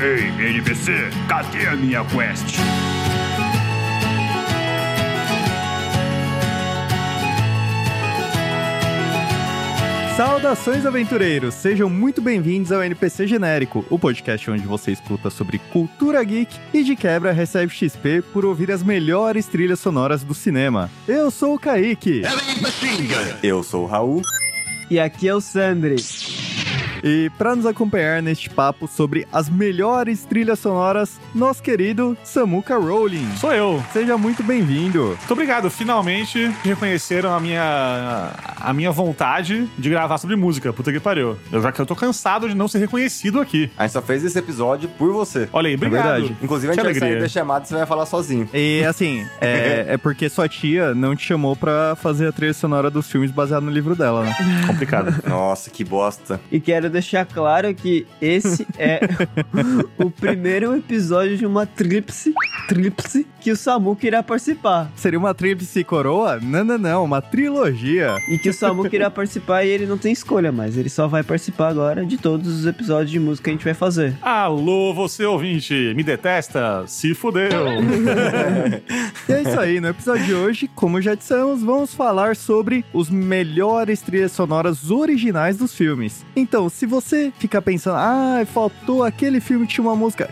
Ei, NPC, cadê a minha quest? Saudações, aventureiros! Sejam muito bem-vindos ao NPC Genérico, o podcast onde você escuta sobre cultura geek e de quebra recebe XP por ouvir as melhores trilhas sonoras do cinema. Eu sou o Kaique. Eu sou o Raul. E aqui é o Sandri. E para nos acompanhar neste papo sobre as melhores trilhas sonoras, nosso querido Samuka Rowling. Sou eu. Seja muito bem-vindo. Muito obrigado. Finalmente reconheceram a minha, a minha vontade de gravar sobre música. Puta que pariu. Eu já que eu tô cansado de não ser reconhecido aqui. A gente só fez esse episódio por você. Olha aí, obrigado. verdade. É Inclusive, a Que gente vai alegria. sair da chamada e você vai falar sozinho. E assim, é, é porque sua tia não te chamou pra fazer a trilha sonora dos filmes baseada no livro dela, né? Complicado. Nossa, que bosta. E quero deixar claro que esse é o primeiro episódio de uma tríplice, tríplice que o Samuca irá participar. Seria uma tríplice coroa? Não, não, não, uma trilogia. E que o Samuca irá participar e ele não tem escolha mais. Ele só vai participar agora de todos os episódios de música que a gente vai fazer. Alô, você ouvinte, me detesta? Se fudeu. E é isso aí, no episódio de hoje, como já dissemos, vamos falar sobre os melhores trilhas sonoras originais dos filmes. Então, se você ficar pensando, ah, faltou aquele filme que tinha uma música.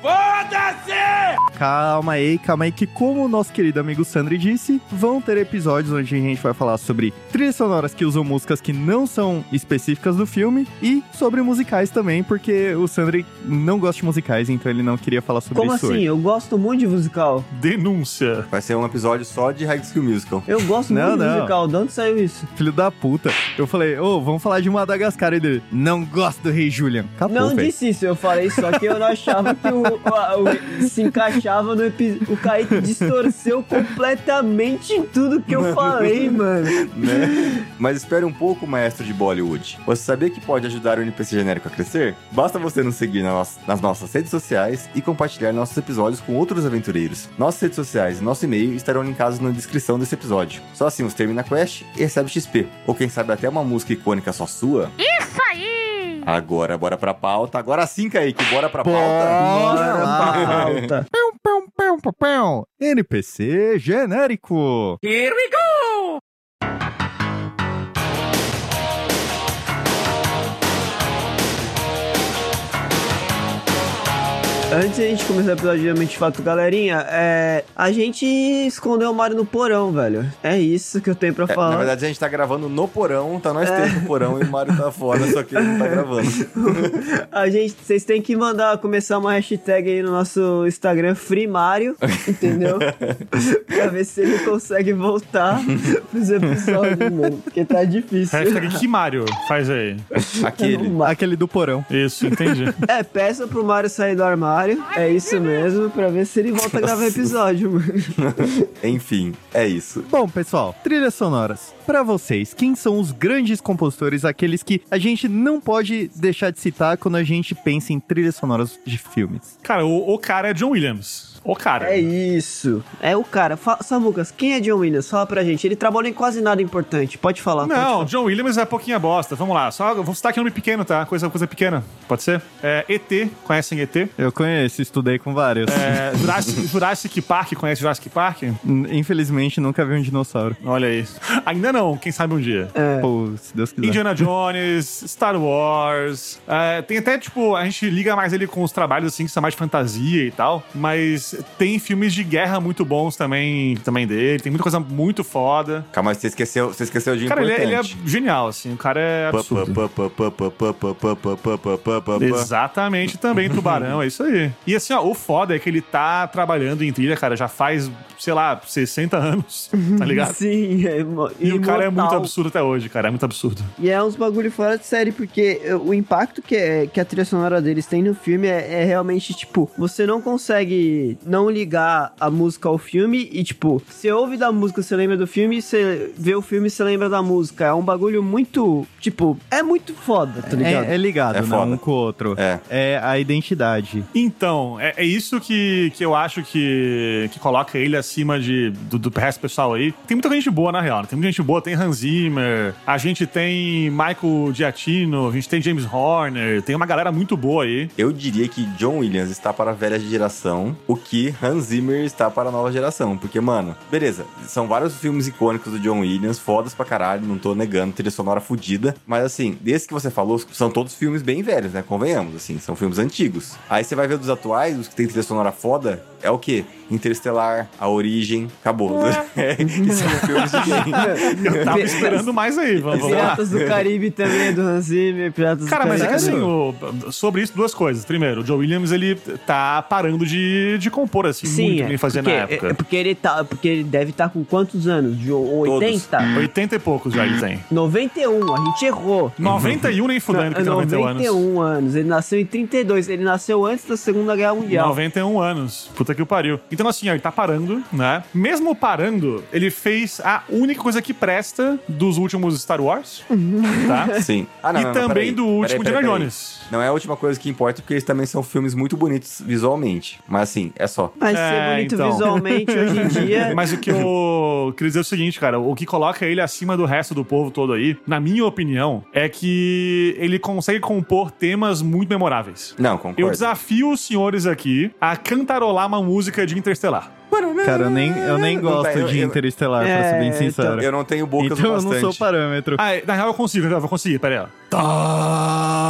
Foda-se! Calma aí, calma aí, que como o nosso querido amigo Sandri disse, vão ter episódios onde a gente vai falar sobre trilhas sonoras que usam músicas que não são específicas do filme e sobre musicais também, porque o Sandri não gosta de musicais, então ele não queria falar sobre Como isso assim? hoje. Eu gosto muito de musical. Denúncia. Vai ser um episódio só de High School Musical. Eu gosto Não, muito de não. musical. De onde saiu isso? Filho da puta. Eu falei, ô, vamos falar de Madagascar e dele. Não gosto do Rei Julian. Acabou, Não véi. disse isso, eu falei só que eu não achava que o, o- o- se encaixava no episódio. O Kaique distorceu completamente tudo que eu falei, mano. né? Mas espere um pouco, maestro de Bollywood. Você sabia que pode ajudar o NPC genérico a crescer? Basta você nos seguir na nos- nas nossas redes sociais e compartilhar nossos episódios com outros aventureiros. Nossas redes sociais e nosso e-mail estarão linkados na descrição desse episódio. Só assim você termina a quest e recebe XP. Ou quem sabe até uma música icônica só sua. Isso aí! Agora, bora pra pauta. Agora sim, Kaique, bora pra pauta. Bora lá. Alta. Pão, pão, pão, pão. NPC genérico. Antes de a gente começar o episódio de Mente de Fato, galerinha, é, a gente escondeu o Mario no porão, velho. É isso que eu tenho pra É, falar. na verdade, a gente tá gravando no porão, tá nós três no porão e o Mário tá fora, só que ele não tá gravando. A gente, vocês têm que mandar começar uma hashtag aí no nosso Instagram Free Mario, entendeu? pra ver se ele consegue voltar pros episódios, mano. Porque tá difícil. Hashtag que Mario faz aí. Aquele. Aquele do porão. Isso, entendi. É, peça pro Mario sair do armário. É isso mesmo, pra ver se ele volta a gravar episódio, mano. Enfim, é isso. Bom, pessoal, trilhas sonoras. Pra vocês, quem são os grandes compositores, aqueles que a gente não pode deixar de citar quando a gente pensa em trilhas sonoras de filmes? Cara, o, o cara é John Williams. O cara. É isso. É o cara. Fa Samucas, quem é John Williams? Fala pra gente. Ele trabalha em quase nada importante. Pode falar. pode Não, John Williams é pouquinha bosta. Vamos lá, só vou citar aqui um nome pequeno, tá? Coisa, coisa pequena. Pode ser? É, ET, conhecem ET? Eu conheço, estudei com vários. É, Jurassic, Jurassic Park, conhece Jurassic Park? Infelizmente, nunca vi um dinossauro. Olha aí. Ainda não, quem sabe um dia. É. Pô, se Deus quiser. Indiana Jones, Star Wars. é, tem até, tipo, a gente liga mais ele com os trabalhos assim, que são mais de fantasia e tal. Mas tem filmes de guerra muito bons também, também dele. Tem muita coisa muito foda. Calma, você esqueceu, você esqueceu de Cara, ele é, importante. ele é genial, assim. O cara é Pá, absurdo. pá, pá, pá, pá, pá, pá, pá, pá, pá, pá, pá, pá. Exatamente, também Tubarão, é isso aí. E assim, ó, o foda é que ele tá trabalhando em trilha, cara, já faz, sei lá, 60 anos, tá ligado? Sim, é imo- E o cara é muito imortal. absurdo até hoje, cara, é muito absurdo. E é uns bagulho fora de série, porque eh, o impacto que, é- que a trilha sonora deles tem no filme é, é realmente, tipo, você não consegue não ligar a música ao filme e, tipo, você ouve da música, você lembra do filme, você vê o filme, você lembra da música. É um bagulho muito, tipo, é muito foda, tá ligado? É, é ligado, É né? foda. Um com o outro. É. a identidade. Então, é, é isso que, que eu acho que, que coloca ele acima de, do, do resto do pessoal aí. Tem muita gente boa, na real. né? Tem muita gente boa pô, tem Hans Zimmer, a gente tem Michael Giacchino, a gente tem James Horner, tem uma galera muito boa aí. Eu diria que John Williams está para a velha geração, o que Hans Zimmer está para a nova geração. Porque, mano, beleza, são vários filmes icônicos do John Williams, fodas pra caralho, não tô negando, trilha sonora fodida. Mas, assim, desses que você falou, são todos filmes bem velhos, né? Convenhamos, assim, são filmes antigos. Aí você vai ver dos atuais, os que tem trilha sonora foda, é o quê? Interestelar, A Origem, acabou. É. são filmes de quem? Eu tava esperando mais aí, vamos vamos lá. Piratas do Caribe também, do Hans Zimmer, Piratas Cara, do mas Caribe. é que assim, o- sobre isso, duas coisas. Primeiro, o Joe Williams, ele tá parando de, de compor, assim, muito que é, ele fazia porque, na época. É, é porque, ele tá, porque ele deve estar com quantos anos? De o- Todos. 80? 80 e poucos já ele Uhum. tem. 91, a gente errou. 91 nem fudendo que tem 91 anos. 91 anos. Ele nasceu em 32. Ele nasceu antes da Segunda Guerra Mundial. 91 anos. Puta que o pariu. Então, assim, ó, ele tá parando, né? Mesmo parando, ele fez a única coisa que presta dos últimos Star Wars, tá? Sim. Uhum. Ah, não, E não, não, também peraí. do Peraí, último peraí, Indiana peraí. Jones. Não é a última coisa que importa, porque eles também são filmes muito bonitos visualmente. Mas assim, é só. Mas É, ser bonito então. visualmente hoje em dia. Mas o que eu queria dizer é o seguinte, cara. O que coloca ele acima do resto do povo todo aí, na minha opinião, é que ele consegue compor temas muito memoráveis. Não, concordo. Eu desafio os senhores aqui a cantarolar uma música de Interstellar. Cara, eu nem, eu nem Não gosto tá, eu- de eu- Interestelar, pra ser É, bem então- sincero. Eu não tenho então bocas eu o não sou bastante. parâmetro. Ah, é, na real eu consigo, eu já vou conseguir, peraí, ó.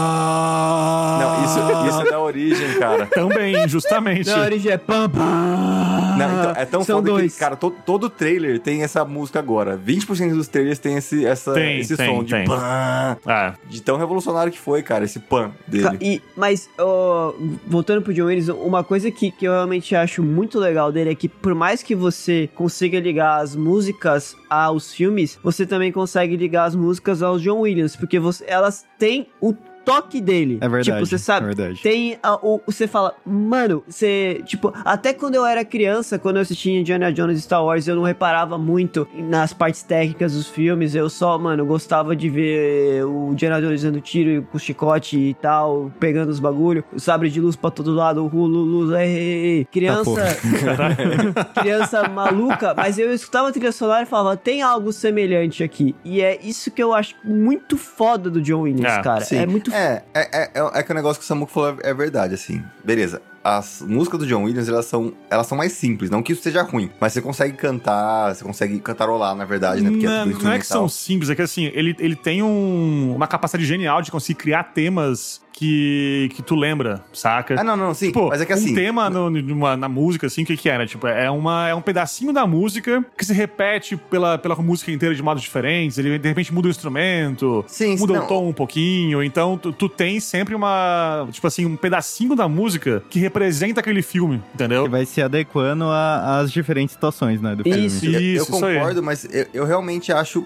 Não, Ah. isso, isso é da origem, cara. Também, justamente. Na origem é pam, pam. Não, então, é tão São foda dois. que, cara, to- todo trailer tem essa música agora. 20% dos trailers tem esse, essa, Tem, esse tem, som de tem. pan. É. De tão revolucionário que foi, cara, esse pan Ca- dele. E, mas, ó, voltando pro John Williams, uma coisa que, que eu realmente acho muito legal dele é que, por mais que você consiga ligar as músicas aos filmes, você também consegue ligar as músicas aos John Williams, porque você- elas têm o toque dele. É verdade. Tipo, você sabe, É verdade. tem a- o, você fala, mano, você, tipo, até quando eu era criança, quando eu assistia Indiana Jones e Star Wars, eu não reparava muito nas partes técnicas dos filmes, eu só, mano, gostava de ver o Indiana Jones dando tiro com chicote e tal, pegando os bagulho, o sabre de luz pra todo lado, o rulo, luz, ei, ei, ei. Tá, criança, criança maluca, mas eu escutava a trilha sonora e falava, tem algo semelhante aqui, e é isso que eu acho muito foda do John Williams, É, cara, é muito É, é, é, é- é que o negócio que o Samuco falou é é verdade, assim. Beleza. As músicas do John Williams, elas são, elas são mais simples. Não que isso seja ruim, mas você consegue cantar, você consegue cantarolar, na verdade, né? Porque é não, tudo não é que instrumental. são simples, é que assim, ele, ele tem um- uma capacidade genial de conseguir criar temas que, que tu lembra, saca? Ah, não, não, sim. Tipo, mas é que assim. um tema no- numa- na música, assim, o que que é, né? Tipo, é, uma, é um pedacinho da música que se repete pela, pela música inteira de modos diferentes, ele de repente muda o instrumento, Sim, sim, muda não. o tom um pouquinho, então tu, tu tem sempre uma, tipo assim, um pedacinho da música que representa aquele filme, Que entendeu? vai se adequando a- às diferentes situações, né, do filme. Isso. Eu- eu Isso, isso aí. concordo, mas eu, eu realmente acho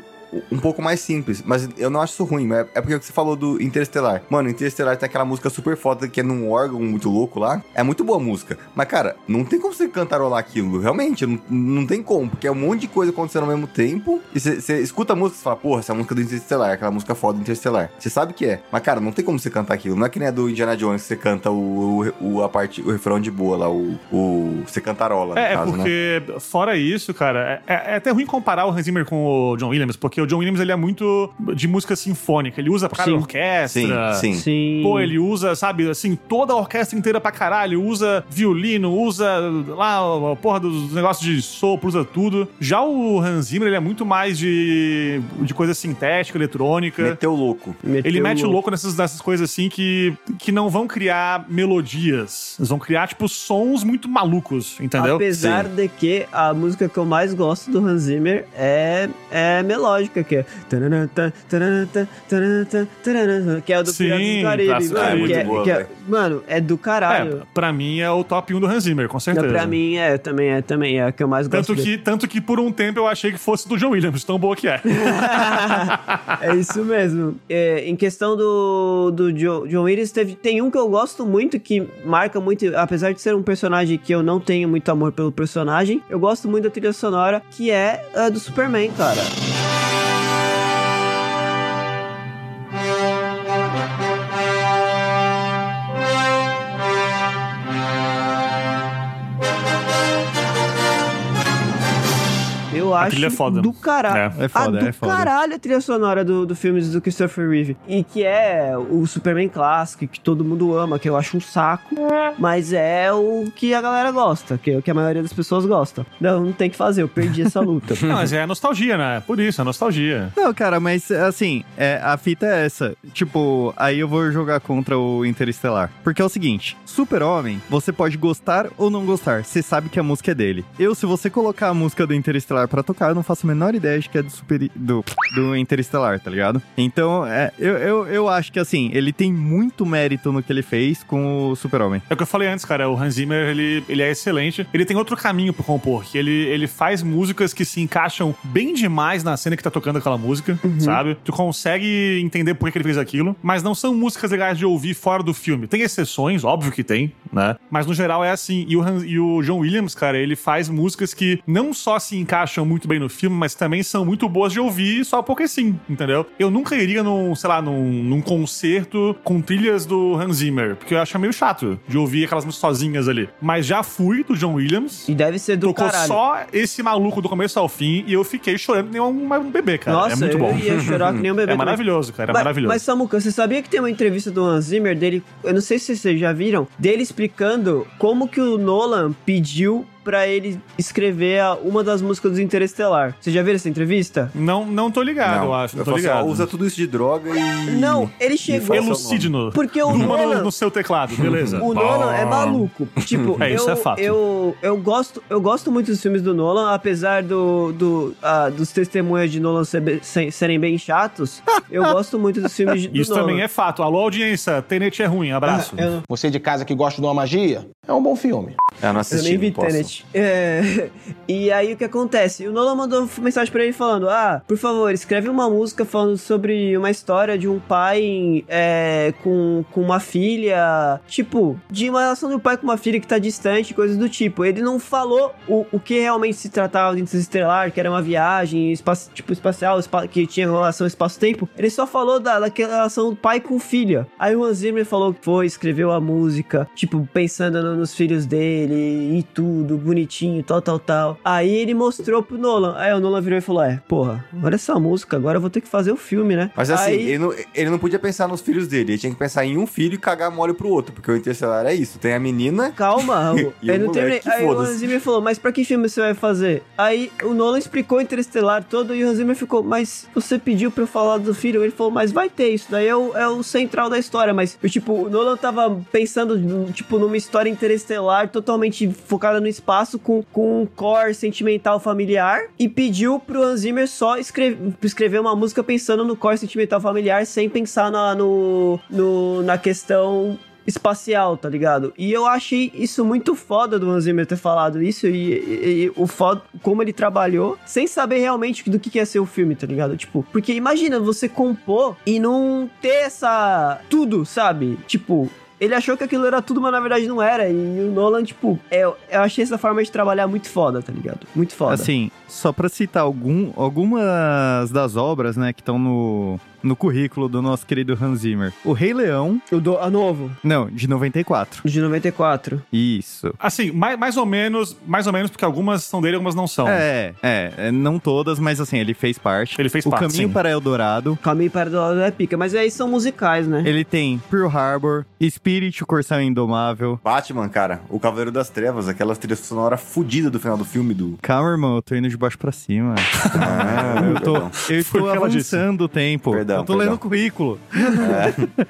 um pouco mais simples, mas eu não acho isso ruim, mas é porque o que você falou do Interestelar. Mano, Interestelar tem aquela música super foda que é num órgão muito louco lá. É muito boa a música, mas cara, não tem como você cantarolar aquilo, realmente, não, não tem como, porque é um monte de coisa acontecendo ao mesmo tempo, e você- você escuta a música e fala, porra, essa é a música do Interestelar, aquela música foda do Interestelar. Você sabe que é, mas cara, não tem como você cantar aquilo, não é que nem a do Indiana Jones, que você canta o, o- o- a parte, o refrão de boa lá, o, o você cantarola, no É, é caso, né? porque, fora isso, cara, é, é até ruim comparar o Hans Zimmer com o John Williams, porque o John Williams ele é muito de música sinfônica, ele usa pra cada Sim. orquestra. Sim, sim. Sim. Pô, ele usa, sabe, assim, toda a orquestra inteira pra caralho, usa violino, usa lá a porra dos negócios de sopro, usa tudo. Já o Hans Zimmer, ele é muito mais de, de coisa sintética, eletrônica. Meteu louco. Meteu Ele mete o louco nessas, nessas coisas assim que, que não vão criar melodias. Eles vão criar, tipo, sons muito malucos, entendeu? Apesar de que a música que eu mais gosto do Hans Zimmer é, é melódica, que é. taranatã, taranatã, taranatã, taranatã, Que é o do Sim, Piratas do Caribe. Piratas do mano, Caribe. que É muito boa, que velho. mano, é do caralho. É, pra mim é o top 1 do Hans Zimmer, com certeza. pra mim é, também é, também é a que eu mais gosto. Tanto dele. que, tanto que por um tempo eu achei que fosse do John Williams, tão boa que é. é isso mesmo. É, em questão do, do Jo- John Williams, teve, tem um que eu gosto muito, que marca muito, apesar de ser um personagem que eu não tenho muito amor pelo personagem, eu gosto muito da trilha sonora, que é a do Superman, cara. Eu acho trilha é foda. do caralho. É. É foda, ah, do é foda. caralho a trilha sonora do, do filme do Christopher Reeve. E que é o Superman clássico, que todo mundo ama, que eu acho um saco. Mas é o que a galera gosta, que é o que a maioria das pessoas gosta. Não, não tem o que fazer, eu perdi essa luta. Não, mas é nostalgia, né? Por isso, é nostalgia. Não, cara, mas assim, é, a fita é essa. Tipo, aí eu vou jogar contra o Interestelar. Porque é o seguinte: Super-Homem, você pode gostar ou não gostar. Você sabe que a música é dele. Eu, se você colocar a música do Interestelar pra tocar, eu não faço a menor ideia de que é do Super. do, do Interestelar, tá ligado? Então, é, eu, eu, eu acho que assim, ele tem muito mérito no que ele fez com o Super-Homem. É o que eu falei antes, cara. O Hans Zimmer, ele, ele é excelente. Ele tem outro caminho pro compor, que ele, ele faz músicas que se encaixam bem demais na cena que tá tocando aquela música, sabe? Tu consegue entender por que que ele fez aquilo, mas não são músicas legais de ouvir fora do filme. Tem exceções, óbvio que tem, né? Mas no geral é assim. E o, Hans- e o John Williams, cara, ele faz músicas que não só se encaixam muito bem no filme, mas também são muito boas de ouvir só porque sim, entendeu? Eu nunca iria num, sei lá, num, num concerto com trilhas do Hans Zimmer, porque eu acho meio chato de ouvir aquelas músicas sozinhas ali. Mas já fui do John Williams. E deve ser do Tocou caralho. só esse maluco do começo ao fim e eu fiquei chorando que nem um, um bebê, cara. Nossa, é muito eu bom. ia chorar que nem um bebê É também. maravilhoso, cara. É Mas- maravilhoso. Mas, Samuca, você sabia que tem uma entrevista do Hans Zimmer dele? Eu não sei se vocês já viram, dele explicando como que o Nolan pediu pra ele escrever a- uma das músicas do Interestelar. Vocês já viram essa entrevista? Não, não tô ligado, Não, eu acho. Não tô falo assim, ó, ligado. usa tudo isso de droga e. Não, ele chegou. Fala seu Elucidno. Porque Então, o Durma no- Nolan- no seu teclado, beleza. O Nolan Ah. é maluco. Tipo, É, eu, isso é fato. Eu, eu, gosto, eu gosto muito dos filmes do Nolan, apesar do, do, ah, dos testemunhas de Nolan ser be- se- serem bem chatos. Eu gosto muito dos filmes do Isso Nolan. também é fato. Alô, audiência, Tenet é ruim, abraço. Eu- Você de casa que gosta de uma magia, é um bom filme. Ah, não Eu assisti, nem vi não posso. Tenet. É, E aí o que acontece? O Nolan mandou mensagem pra ele falando: Ah, por favor, escreve uma música falando sobre uma história de um pai é, com, com uma filha. Tipo, de uma relação do pai com uma filha que tá distante, coisas do tipo. Ele não falou o, o que realmente se tratava de Interestelar, que era uma viagem espaço, tipo espacial, espa- que tinha relação espaço-tempo. Ele só falou da, daquela relação do pai com filha. Aí o Hans Zimmer falou que foi, escreveu a música, tipo, pensando no- nos filhos dele e tudo, bonitinho, tal, tal, tal. Aí ele mostrou pro Nolan. Aí o Nolan virou e falou: É, porra, olha essa música, agora eu vou ter que fazer o filme, né? Mas assim, Aí- ele, não, ele não podia pensar nos filhos dele, ele tinha que pensar em um filho e cagar mole pro outro, porque o Interstellar é isso. Tem a menina. Calma, E Raul. o Eu não moleque, terminei. que Aí o Hans foda-se. Zimmer falou, mas pra que filme você vai fazer? Aí o Nolan explicou Interestelar todo e o Hans Zimmer ficou, mas você pediu pra eu falar do filho? Ele falou, mas vai ter isso, daí é o, é o central da história. Mas, eu, tipo, o Nolan tava pensando, tipo, numa história interestelar totalmente focada no espaço, com, com um core sentimental familiar, e pediu pro Hans Zimmer só escre- escrever uma música pensando no core sentimental familiar, sem pensar na, no, no- na questão espacial, tá ligado? E eu achei isso muito foda do Hans Zimmer ter falado isso e, e- e o foda, como ele trabalhou, sem saber realmente do que, que ia ser o filme, tá ligado? Tipo, porque imagina você compor e não ter essa. tudo, sabe? Tipo. Ele achou que aquilo era tudo, mas na verdade não era. E o Nolan, tipo, é, eu achei essa forma de trabalhar muito foda, tá ligado? Muito foda. Assim, só pra citar algum, algumas das obras, né, que estão no, no currículo do nosso querido Hans Zimmer. O Rei Leão, o do, a novo, não, de 94. de 94. Isso. Assim, mais, mais ou menos, mais ou menos, porque algumas são dele, algumas não são. É, é, é, não todas, mas assim, ele fez parte. Ele fez o parte, Caminho sim. para Eldorado. Caminho para do lado da pica. Mas aí são musicais, né? Ele tem Pearl Harbor, Spirit, o Corção Indomável, Batman, cara, o Cavaleiro das Trevas, aquela trilha sonora fodida do final do filme do. Calma, irmão, eu tô indo de baixo pra cima. Ah, Eu tô, perdão. eu Foi o estou que ela disse. avançando o tempo. Perdão, eu tô perdão. lendo o currículo.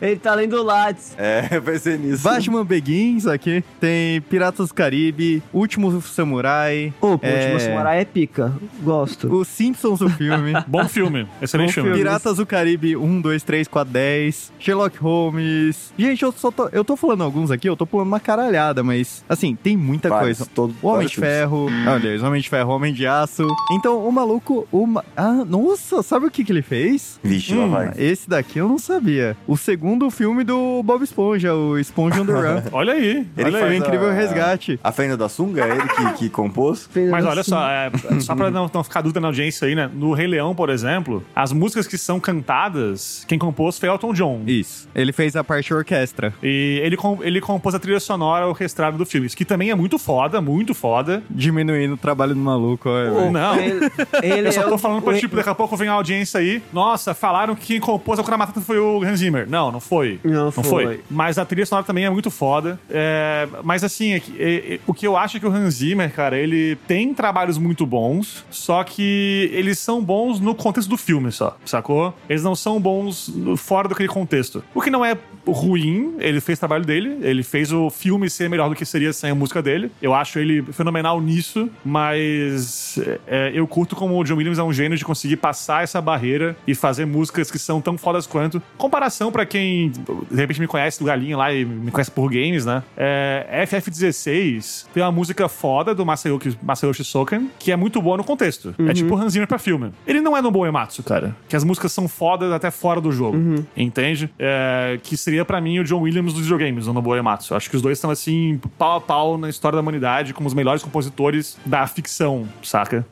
Ele tá lendo Lattes. É, eu pensei nisso. Batman Begins aqui, tem Piratas do Caribe, Último Samurai, Ô, pô, É. o último samurai é pica. Gosto. Os Simpsons do filme. Bom filme, excelente Bom filme. filme. Piratas do Caribe 1, 2, 3, 4, 10. Sherlock Holmes. Gente, eu só tô. Eu tô falando alguns aqui, eu tô pulando uma caralhada, mas assim, tem muita Vários, coisa. todo- O Homem vários de filmes. Ferro. Olha, Homem de Ferro, Homem de Aço. Então, o maluco. Uma... Ah, nossa, ah, sabe o que, que ele fez? Vixe, lá vai. esse daqui eu não sabia. O segundo filme do Bob Esponja, o Esponja on the Run. Olha aí. Ele olha Olha aí, faz o incrível a- resgate. A Fenda da Sunga, é ele que, que compôs. Fez Mas olha assim. só, é, só pra não, não ficar dúvida na audiência aí, né? No Rei Leão, por exemplo, as músicas que são cantadas, quem compôs foi Elton John. E... Isso. Ele fez a parte orquestra. ele, com- ele compôs a trilha sonora orquestrada do filme, isso que também é muito foda, muito foda. Diminuindo o trabalho do maluco. ó, velho. Não, Ele, ele eu só é tô o- falando pra, o- tipo, daqui a pouco vem a audiência aí. Nossa, falaram que quem compôs a Matata foi o Hans Zimmer. Não, não foi. Não foi. foi. Mas a trilha sonora também é muito foda. É, mas assim, é que- é- é- o que eu acho é que o Hans Zimmer, cara, ele tem trabalhos muito bons, só que eles são bons no contexto do filme só, sacou? Eles não são bons no- fora daquele contexto. O que não é ruim, ele fez o trabalho dele, ele fez o filme ser melhor do que seria sem a música dele. Eu acho ele fenomenal nisso, mas é, eu curto como o John Williams é um gênio de conseguir passar essa barreira e fazer músicas que são tão fodas quanto. Comparação pra quem de repente me conhece do Galinha lá e me conhece por games, né? É, FF16 tem uma música foda do Masayoshi, Masayoshi Soken que é muito boa no contexto. É tipo Hans Zimmer pra filme. Ele não é no Boematsu, cara. Que as músicas são fodas até fora do jogo. Entende? É, que seria pra mim o John Williams dos videogames, o Nobuo Ematsu. Acho que os dois estão assim, pau a pau na história da humanidade, como os melhores compositores da ficção, saca?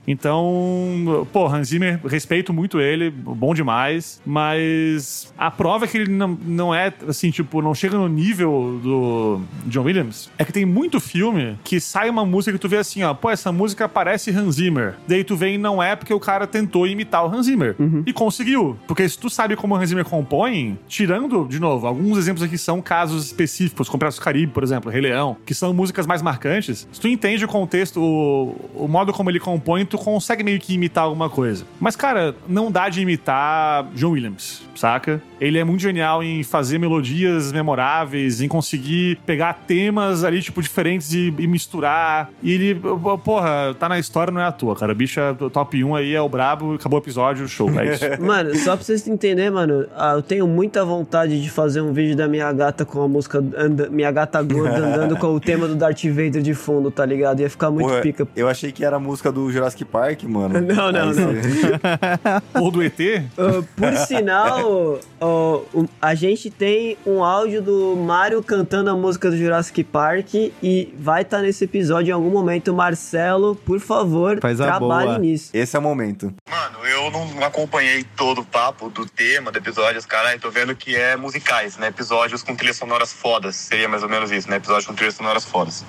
Então, pô, Hans Zimmer, respeito muito ele, bom demais, mas a prova é que ele não, não é, assim, tipo, não chega no nível do John Williams, é que tem muito filme que sai uma música que tu vê assim, ó, pô, essa música parece Hans Zimmer. Daí tu vê e não é porque o cara tentou imitar o Hans Zimmer. E conseguiu. Porque se tu sabe como o Hans Zimmer compõe, tirando, de novo, alguns exemplos aqui são casos específicos, como Piratas do Caribe, por exemplo, Rei Leão, que são músicas mais marcantes, se tu entende o contexto, o, o modo como ele compõe, tu consegue meio que imitar alguma coisa. Mas, cara, não dá de imitar John Williams, saca? Ele é muito genial em fazer melodias memoráveis, em conseguir pegar temas ali, tipo, diferentes e, e misturar. E ele, pô, porra, tá na história, não é à toa, cara. O bicho é do top 1 aí, é o brabo, acabou o episódio, show. É isso. Mano, só pra vocês entenderem, mano, ah, eu tenho muita vontade de fazer um vídeo da minha gata com a música anda- Minha Gata Gorda andando com o tema do Darth Vader de fundo, tá ligado? Ia ficar muito Porra, pica. eu achei que era a música do Jurassic Park, mano. Não, não, Aí não. você- Ou do ET, Ah, por sinal, ó, o- a gente tem um áudio do Mario cantando a música do Jurassic Park e vai estar nesse episódio em algum momento. Marcelo, por favor, Faz a trabalhe boa. nisso. Esse é o momento. Mano, eu não acompanhei todo o papo do tema, do episódio, os caras, tô vendo que é musicais, né? Episódios com trilhas sonoras fodas. Seria mais ou menos isso, né? Episódios com trilhas sonoras fodas.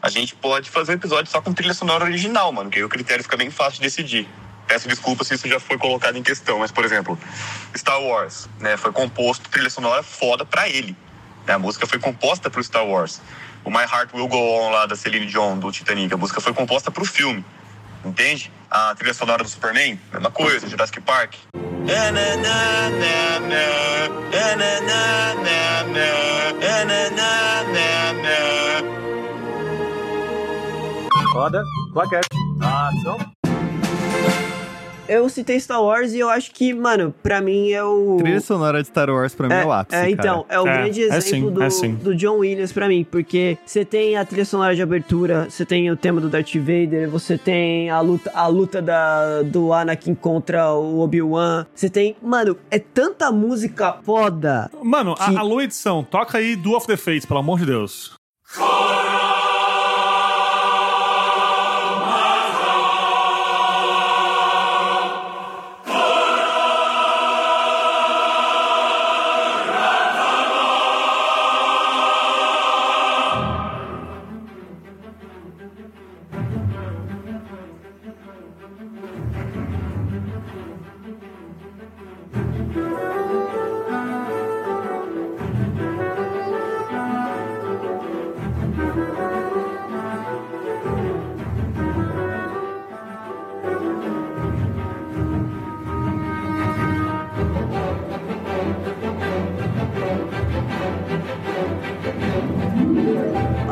A gente pode fazer um episódio só com trilha sonora original, mano, que aí o critério fica bem fácil de decidir. Peço desculpa se isso já foi colocado em questão, mas, por exemplo, Star Wars, né? Foi composto trilha sonora foda pra ele. né? A música foi composta pro Star Wars. O My Heart Will Go On lá da Celine Dion, do Titanic, a música foi composta pro filme entende? A trilha sonora do Superman, mesma coisa, Jurassic Park. Eu citei Star Wars e eu acho que, mano, pra mim é o. Trilha sonora de Star Wars pra mim é, o ápice, cara. então, é o É, grande é exemplo sim, do, é sim. do John Williams pra mim, porque você tem a trilha sonora de abertura, você tem o tema do Darth Vader, você tem a luta, a luta da, do Anakin contra o Obi-Wan, você tem, mano, é tanta música foda. Mano, Que- a, alô edição, toca aí Do of the Fates, pelo amor de Deus. Thank negócio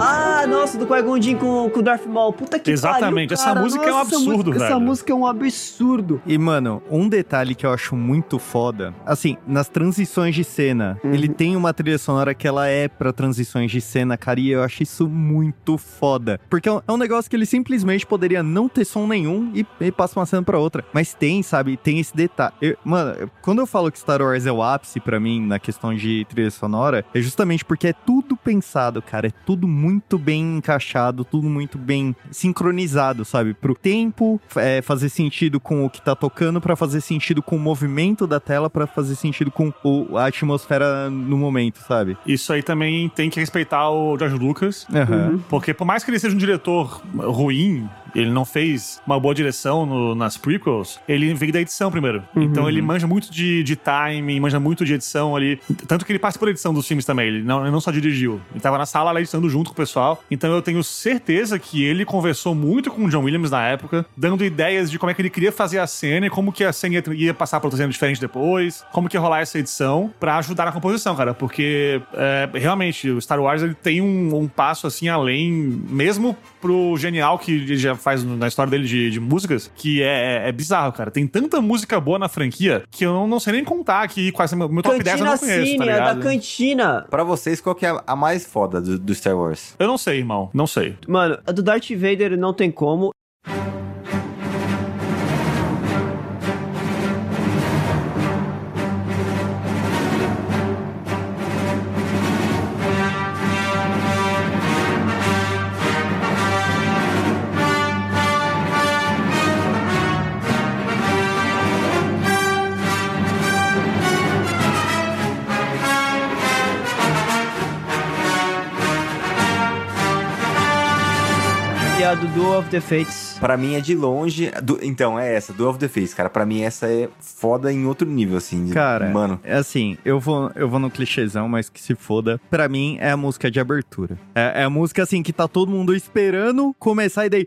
Ah, do Qui-Gon Jinn com, com o Darth Maul. Puta que Exatamente, pariu, essa cara. música é um Nossa, absurdo, música- Essa velho. música é um absurdo. E, mano, um detalhe que eu acho muito foda, assim, nas transições de cena, ele tem uma trilha sonora que ela é pra transições de cena, cara, e eu acho isso muito foda. Porque é um, é um negócio que ele simplesmente poderia não ter som nenhum e, e passa uma cena pra outra. Mas tem, sabe, tem esse detalhe. Eu- mano, eu- quando eu falo que Star Wars é o ápice pra mim na questão de trilha sonora, é justamente porque é tudo pensado, cara, é tudo muito bem encaixado, tudo muito bem sincronizado, sabe? Pro tempo é, fazer sentido com o que tá tocando, pra fazer sentido com o movimento da tela, pra fazer sentido com o- a atmosfera no momento, sabe? Isso aí também tem que respeitar o George Lucas. Aham. Porque por mais que ele seja um diretor ruim, ele não fez uma boa direção no- nas prequels, ele veio da edição primeiro. Então ele manja muito de, de timing, manja muito de edição ali. Tanto que ele passa por edição dos filmes também, ele não, ele não só dirigiu. Ele tava na sala lá editando junto com o pessoal. Então eu tenho certeza que ele conversou muito com o John Williams na época, dando ideias de como é que ele queria fazer a cena e como que a cena ia, ia passar pra outra cena diferente depois, como que ia rolar essa edição pra ajudar na composição, cara. Porque é, realmente o Star Wars ele tem um, um passo assim além, mesmo pro genial que ele já faz no- na história dele de, de músicas, que é, é- é bizarro, cara. Tem tanta música boa na franquia que eu não, não sei nem contar aqui quais são meu top 10 eu Cantina não conheço, Cine, tá é da ligado? Cantina. Pra vocês, qual que é a mais foda do, do Star Wars? Eu não sei, irmão. Não sei. Mano, a do Darth Vader não tem como. E a do Duel of the Fates. Pra mim é de longe. do- então, é essa, Duel of the Face, cara. Pra mim essa é foda em outro nível, assim. de- Cara, Mano. é assim, eu vou, eu vou no clichêzão, mas que se foda. Pra mim, é a música de abertura. É, é a música, assim, que tá todo mundo esperando começar e daí...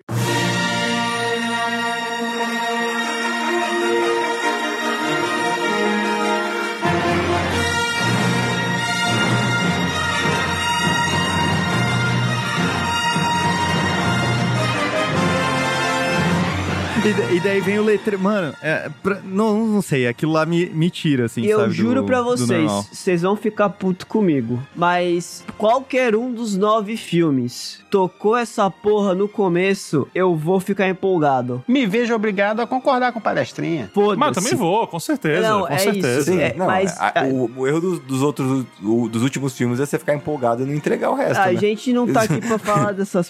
E, da- e daí vem o letre... Mano, é, pra- não, não sei, aquilo lá me, me tira, assim, E eu sabe, do- juro pra do vocês, normal. vocês vão ficar puto comigo. Mas qualquer um dos nove filmes tocou essa porra no começo, eu vou ficar empolgado. Me vejo obrigado a concordar com palestrinha. Foda-se. Mas também vou, com certeza. Não, com é isso. certeza. Sim, é, não, mas- a- o, o erro dos, dos outros, o- dos últimos filmes é você ficar empolgado e não entregar o resto, A né? gente não tá aqui pra falar dessas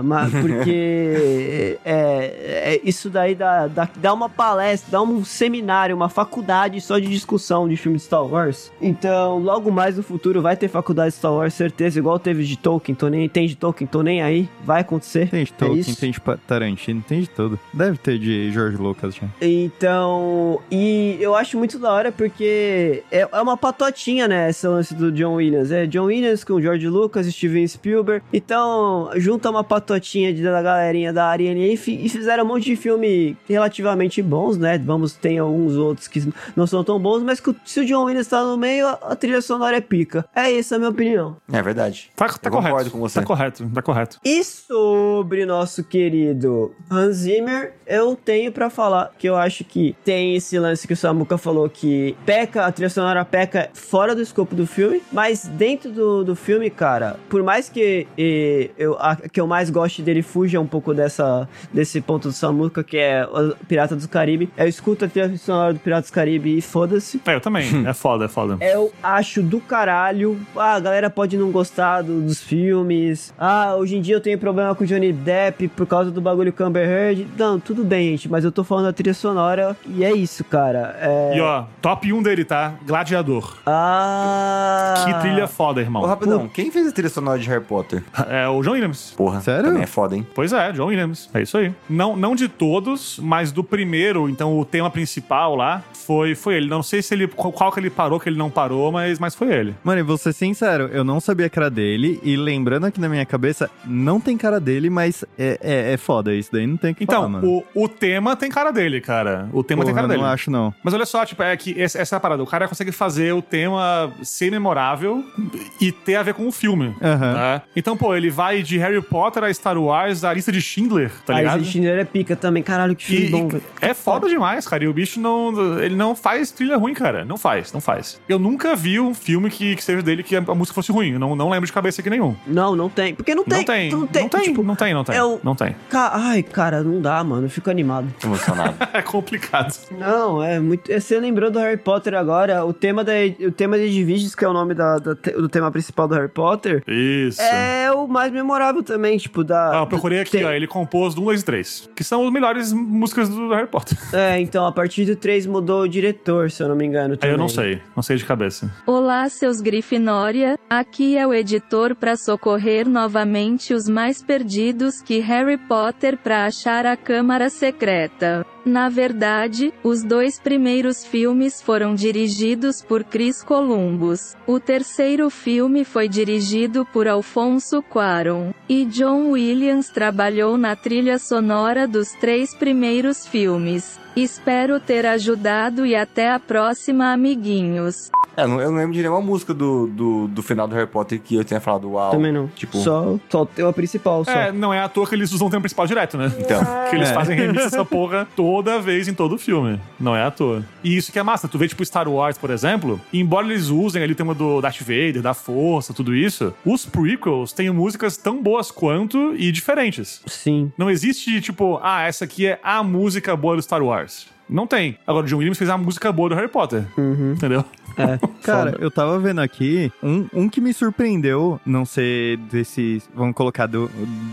mas porque é, é, isso daí dá, dá, dá uma palestra, dá um seminário, uma faculdade só de discussão de filme de Star Wars. Então, logo mais no futuro vai ter faculdade de Star Wars, certeza, igual teve de Tolkien, tô nem, tem de Tolkien, tô nem aí, vai acontecer. Tem de É Tolkien, isso. tem de Pa- Tarantino, tem de tudo. Deve ter de George Lucas já. Então, e eu acho muito da hora porque é, é uma patotinha, né? Esse lance do John Williams. É John Williams com George Lucas, Steven Spielberg. Então, junta uma patotinha de, da galerinha da área e, fi- e fizeram um monte de filme relativamente bons, né? Vamos, tem alguns outros que não são tão bons, mas que o- se o John Williams tá no meio, a, a trilha sonora é pica. É essa a minha opinião. É verdade. Tá, tá Eu concordo correto. com você. Tá correto, tá correto. E sobre nosso querido Hans Zimmer, eu tenho pra falar que eu acho que tem esse lance que o Samuka falou que peca, a trilha sonora peca fora do escopo do filme, mas dentro do, do filme, cara, por mais que eh, eu, a que eu mais goste dele fuja um pouco dessa, desse ponto do Samuka, que é o Pirata dos Caribe, eu escuto a trilha sonora do Pirata dos Caribe e foda-se. É, eu também. É foda, é foda. Eu acho do caralho. Ah, a galera pode não gostar do- dos filmes. Ah, hoje em dia eu tenho problema com o Johnny Depp por causa do bagulho com a Amber Heard. Não, tudo bem, gente, mas eu tô falando da trilha sonora e é isso, cara. É... E ó, top 1 dele, tá? Gladiador. Ah. Que trilha foda, Ô, irmão. rapidão, quem fez a trilha sonora de Harry Potter? É o John Williams. Porra, Sério? também é foda, hein? Pois é, John Williams. É isso aí. Não, não de todos, mas do primeiro, então o tema principal lá, foi, foi ele. Não sei se ele qual qual que ele parou, que ele não parou, mas, mas foi ele. Mano, e vou ser sincero, eu não sabia que era dele, e lembrando aqui na minha cabeça, não tem cara dele, mas é, é, é foda isso daí, não tem o que falar, Então, Ah, mano. o, o tema tem cara dele, cara. O tema tem Porra, cara dele. não acho não. Mas olha só, tipo, é que essa, essa é a parada. O cara consegue fazer o tema ser memorável e ter a ver com o filme. Aham. né? Então, pô, ele vai de Harry Potter a Star Wars, a lista de Schindler, tá a ligado? Alice Schindler é pica também. Caralho, que filme E- bom, e- velho. é foda demais, cara. E o bicho não. Ele não faz trilha ruim, cara. Não faz, não faz. Eu nunca vi um filme que, que seja dele que a, a música fosse ruim. Eu não, não lembro de cabeça aqui nenhum. Não, não tem. Porque não tem. não tem. Não tem, tipo, não tem, não tem. é o- Não tem. ca- Ai, cara, não dá, mano. Eu fico animado. Emocionado. É complicado. Não, é muito. Você lembrou do Harry Potter agora? O tema da, o tema de Divisions, que é o nome da- da te- do tema principal do Harry Potter, Isso. é o mais memorável também, tipo da. Ah, eu procurei aqui, tem- ó. Ele compôs do 1, 2 e 3. Que são as melhores músicas do Harry Potter. É, então a partir do 3 mudou o diretor, se eu não me engano. Aí eu não também. sei. Não sei de cabeça. Olá, seus Grifinória. Aqui é o editor para socorrer novamente os mais perdidos que Harry Potter para achar a Câmara Secreta. Na verdade, os dois primeiros filmes foram dirigidos por Chris Columbus. O terceiro filme foi dirigido por Alfonso Cuarón. E John Williams trabalhou na trilha sonora dos três primeiros filmes. Espero ter ajudado e até a próxima, amiguinhos. É, eu não, eu não lembro de nenhuma música do, do, do final do Harry Potter que eu tenha falado uau. Também não. Tipo- Só, só tem a principal, só. É, não é à toa que eles usam o tema principal direto, né? Então. Que eles É. fazem remix dessa porra toda vez em todo filme. Não é à toa. E isso que é massa. Tu vê, tipo, Star Wars, por exemplo, embora eles usem ali o tema do Darth Vader, da força, tudo isso, os prequels têm músicas tão boas quanto e diferentes. Sim. Não existe, tipo, ah, essa aqui é a música boa do Star Wars. Não tem. Agora, o John Williams fez a música boa do Harry Potter. Entendeu? É. Cara, foda. eu tava vendo aqui um, um que me surpreendeu, não ser desse, vamos colocar, do,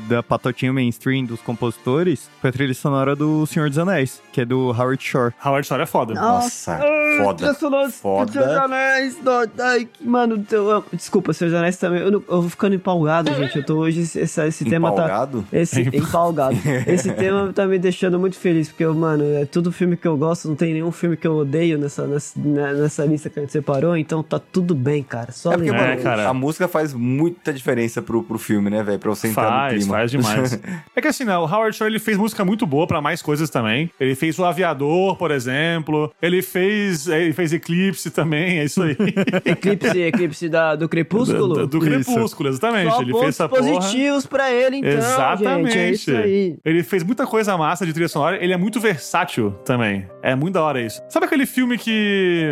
da patotinha mainstream dos compositores, foi a trilha sonora do Senhor dos Anéis, que é do Howard Shore. Howard Shore é foda. Nossa, foda. Foda. Foda. Seus anéis, não, ai, que- mano, eu, eu, desculpa, seus anéis também. Eu, não- eu vou ficando empolgado, gente. Eu tô hoje. Esse, esse, esse tema tá. Empolgado? Esse É empalgado. Esse tema tá me deixando muito feliz, porque, mano, é tudo filme que eu gosto, não tem nenhum filme que eu odeio nessa, nessa, né, nessa lista que a gente separou, então tá tudo bem, cara. Só É porque, lembrar. É, mano, cara. a música faz muita diferença pro, pro filme, né, velho? Pra você entrar no Faz, clima. faz demais. é que assim, né, o Howard Shore ele fez música muito boa pra mais coisas também. Ele fez o Aviador, por exemplo. Ele fez, ele fez Eclipse também, é isso aí. Eclipse, eclipse da, do Crepúsculo. do, do Crepúsculo, exatamente. Só ele fez pontos essa porra. positivos pra ele, então, Exatamente. gente. É isso aí. Ele fez muita coisa massa de trilha sonora. Ele é muito versátil também. É muito da hora isso. Sabe aquele filme que.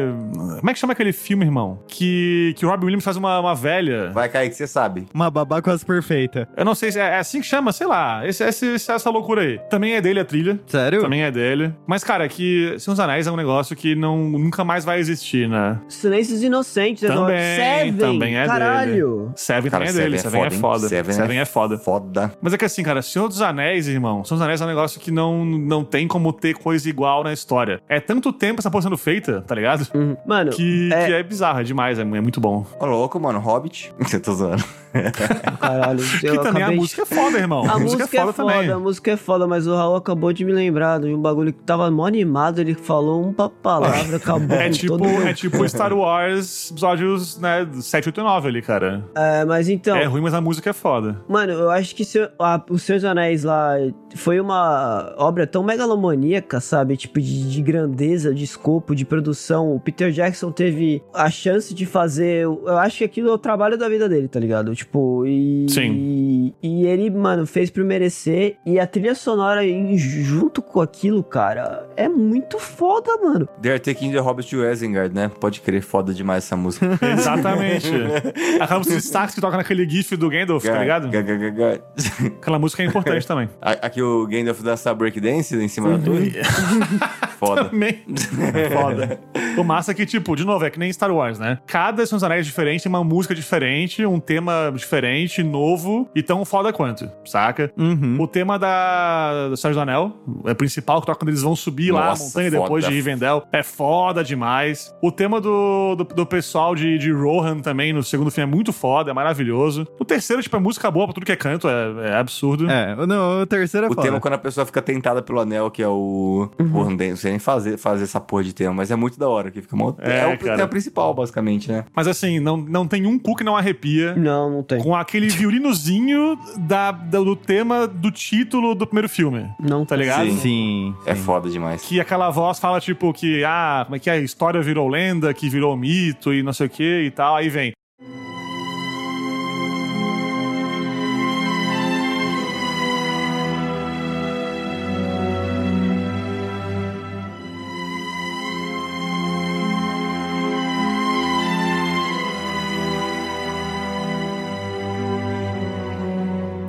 Como é que chama aquele filme, irmão? Que, que o Robin Williams faz uma, uma velha. Vai cair que você sabe. Uma babá quase perfeita. Eu não sei se é, é assim que chama, sei lá. Esse, esse- essa loucura aí. Também é dele a trilha. Sério? Também é dele. Mas, cara, que Senhor dos Anéis é um negócio que não, nunca mais vai existir, né? Silêncios Inocentes, é do Também, Seven. também é Caralho. Seven Cara, também é dele. Seven, Seven é é foda. foda, hein? Seven é foda. Foda. Mas é que assim, cara, Senhor dos Anéis, irmão, Senhor dos Anéis é um negócio que não, não tem como ter coisa igual na história. É tanto tempo essa porra sendo feita, tá ligado? Uhum. Mano, Que É. é, que é bizarro, é demais, é, mu- é muito bom. Ô, louco, mano. Hobbit. Você tá zoando. caralho. Eu que também a acabei de- música é foda, irmão. A música, é foda, também. a música é foda, mas o Raul acabou de me lembrar de um bagulho que tava mó animado, ele falou uma palavra, acabou É com tipo, todo mundo. é tipo Star Wars episódios, né, 7, 8 e 9 ali, cara. É, mas então, É ruim, mas a música é foda. mano, eu acho que se, a, o Senhor dos Anéis lá foi uma obra tão megalomaníaca, sabe? Tipo, de, de grandeza, de escopo, de produção. O Peter Jackson teve a chance de fazer. Eu acho que aquilo é o trabalho da vida dele, tá ligado? Tipo, e. Sim. E, ele, mano, fez por merecer. E a trilha sonora em- junto com aquilo, cara, é muito foda, mano. They are taking the é Hobbit to Isengard, né? Pode crer, foda demais essa música. Tá Exatamente. Aquela música de Starks que toca naquele gif do Gandalf, tá ligado? É. Ga- ga- ga- ga- Aquela música é importante também. A- Aqui o Gandalf dança breakdance em cima da torre. Foda. Também. Foda. O massa é que, tipo, de novo, é que nem Star Wars, né? Cada Senhor dos Anéis é diferente, tem uma música diferente, um tema diferente, novo e tão foda quanto, saca? Uhum. O tema da do Sérgio do Anel, é principal, que toca quando eles vão subir lá a Nossa, montanha foda. depois de Rivendell. É foda demais. O tema do, do, do pessoal de, de Rohan também, no segundo filme, é muito foda, é maravilhoso. O terceiro, tipo, é música boa pra tudo que é canto, é, é absurdo. É, não, o terceiro é O foda. tema quando a pessoa fica tentada pelo anel, que é o. Porra, não tem- não sei nem fazer, fazer essa porra de tema, mas é muito da hora. Que fica mó... É, é, o cara. tema principal, basicamente, né? Mas assim, não, não tem um cu que não arrepia. Não, não tem. Com aquele violinozinho da, da- do tema do título do primeiro filme. Não Tá tem. ligado? Sim. Sim. É foda demais. Que aquela voz fala, tipo, que, ah, como é que é? História virou lenda, que virou mito e não sei o que e tal. Aí vem.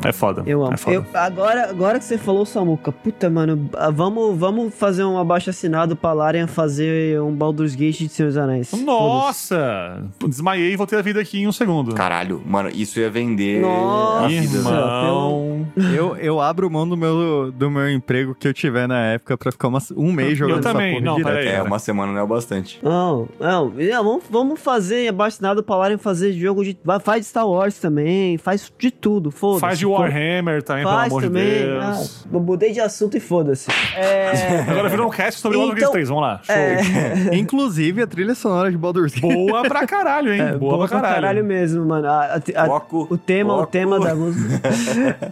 É foda. Eu amo. É foda. Eu- agora, agora que você falou, Samuca, puta, mano, ah, vamos, vamos fazer um abaixo assinado pra Larian fazer um Baldur's Gate de Senhor dos Anéis. Nossa! Pô, Desmaiei e voltei a vida aqui em um segundo. Caralho, mano, isso ia vender Nossa. a vida. né? Irmão. Eu, eu abro mão do meu, do meu emprego que eu tiver na época pra ficar uma- um mês jogando essa também, porra não, direto. peraí. É, uma semana não é o bastante. Não, não, não, vamos, vamos fazer abaixo assinado pra Larian fazer jogo de. vai- Faz de Star Wars também, faz de tudo, foda-se. Faz de Warhammer também, pelo Faz amor de também. Deus. ah, eu mudei de assunto e foda-se. É. Agora virou um cast sobre Então- Baldur's Gate 3, vamos lá. Show. Inclusive, a trilha sonora de Baldur's Gate. Boa pra caralho, hein? É, boa, pra caralho. mesmo, mano. A- a- a- Foco, o tema, o foco. tema da música.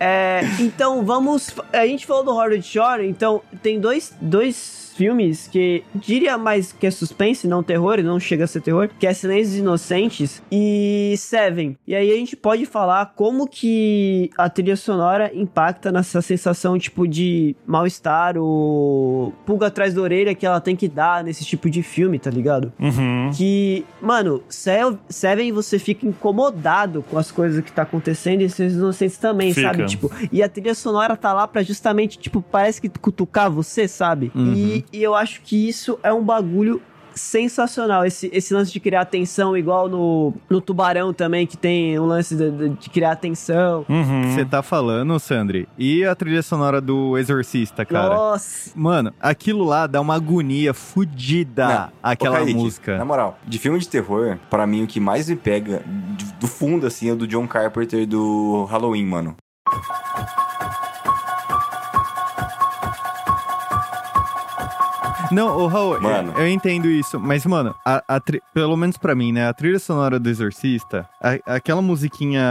É, então, vamos. A gente falou do Horror Shore, então tem dois, dois filmes que diria mais que é suspense, não terror, e não chega a ser terror, que é Silêncios Inocentes e Seven. E aí a gente pode falar como que a trilha sonora impacta nessa sensação, tipo, de mal-estar ou pulga atrás da orelha que ela tem que dar nesse tipo de filme, tá ligado? Uhum. Que, mano, Se- Seven você fica incomodado com as coisas que tá acontecendo e seus inocentes também, Fica. sabe? Tipo, e a trilha sonora tá lá pra justamente, tipo, parece que cutucar você, sabe? E, e eu acho que isso é um bagulho sensacional esse, esse lance de criar tensão igual no, no Tubarão também que tem o lance de, de- de criar tensão Uhum. Você tá falando, Sandri? E a trilha sonora do Exorcista, cara? nossa Mano, aquilo lá dá uma agonia fudida, aquela Ô, Kaique, música. Na moral, de filme de terror, pra mim o que mais me pega de- do fundo, assim, é o do John Carpenter do Halloween, mano. Não, ô Raul, eu- Mano. Eu, entendo isso, mas, mano, a- a tri- pelo menos pra mim, né? A trilha sonora do Exorcista, a- aquela musiquinha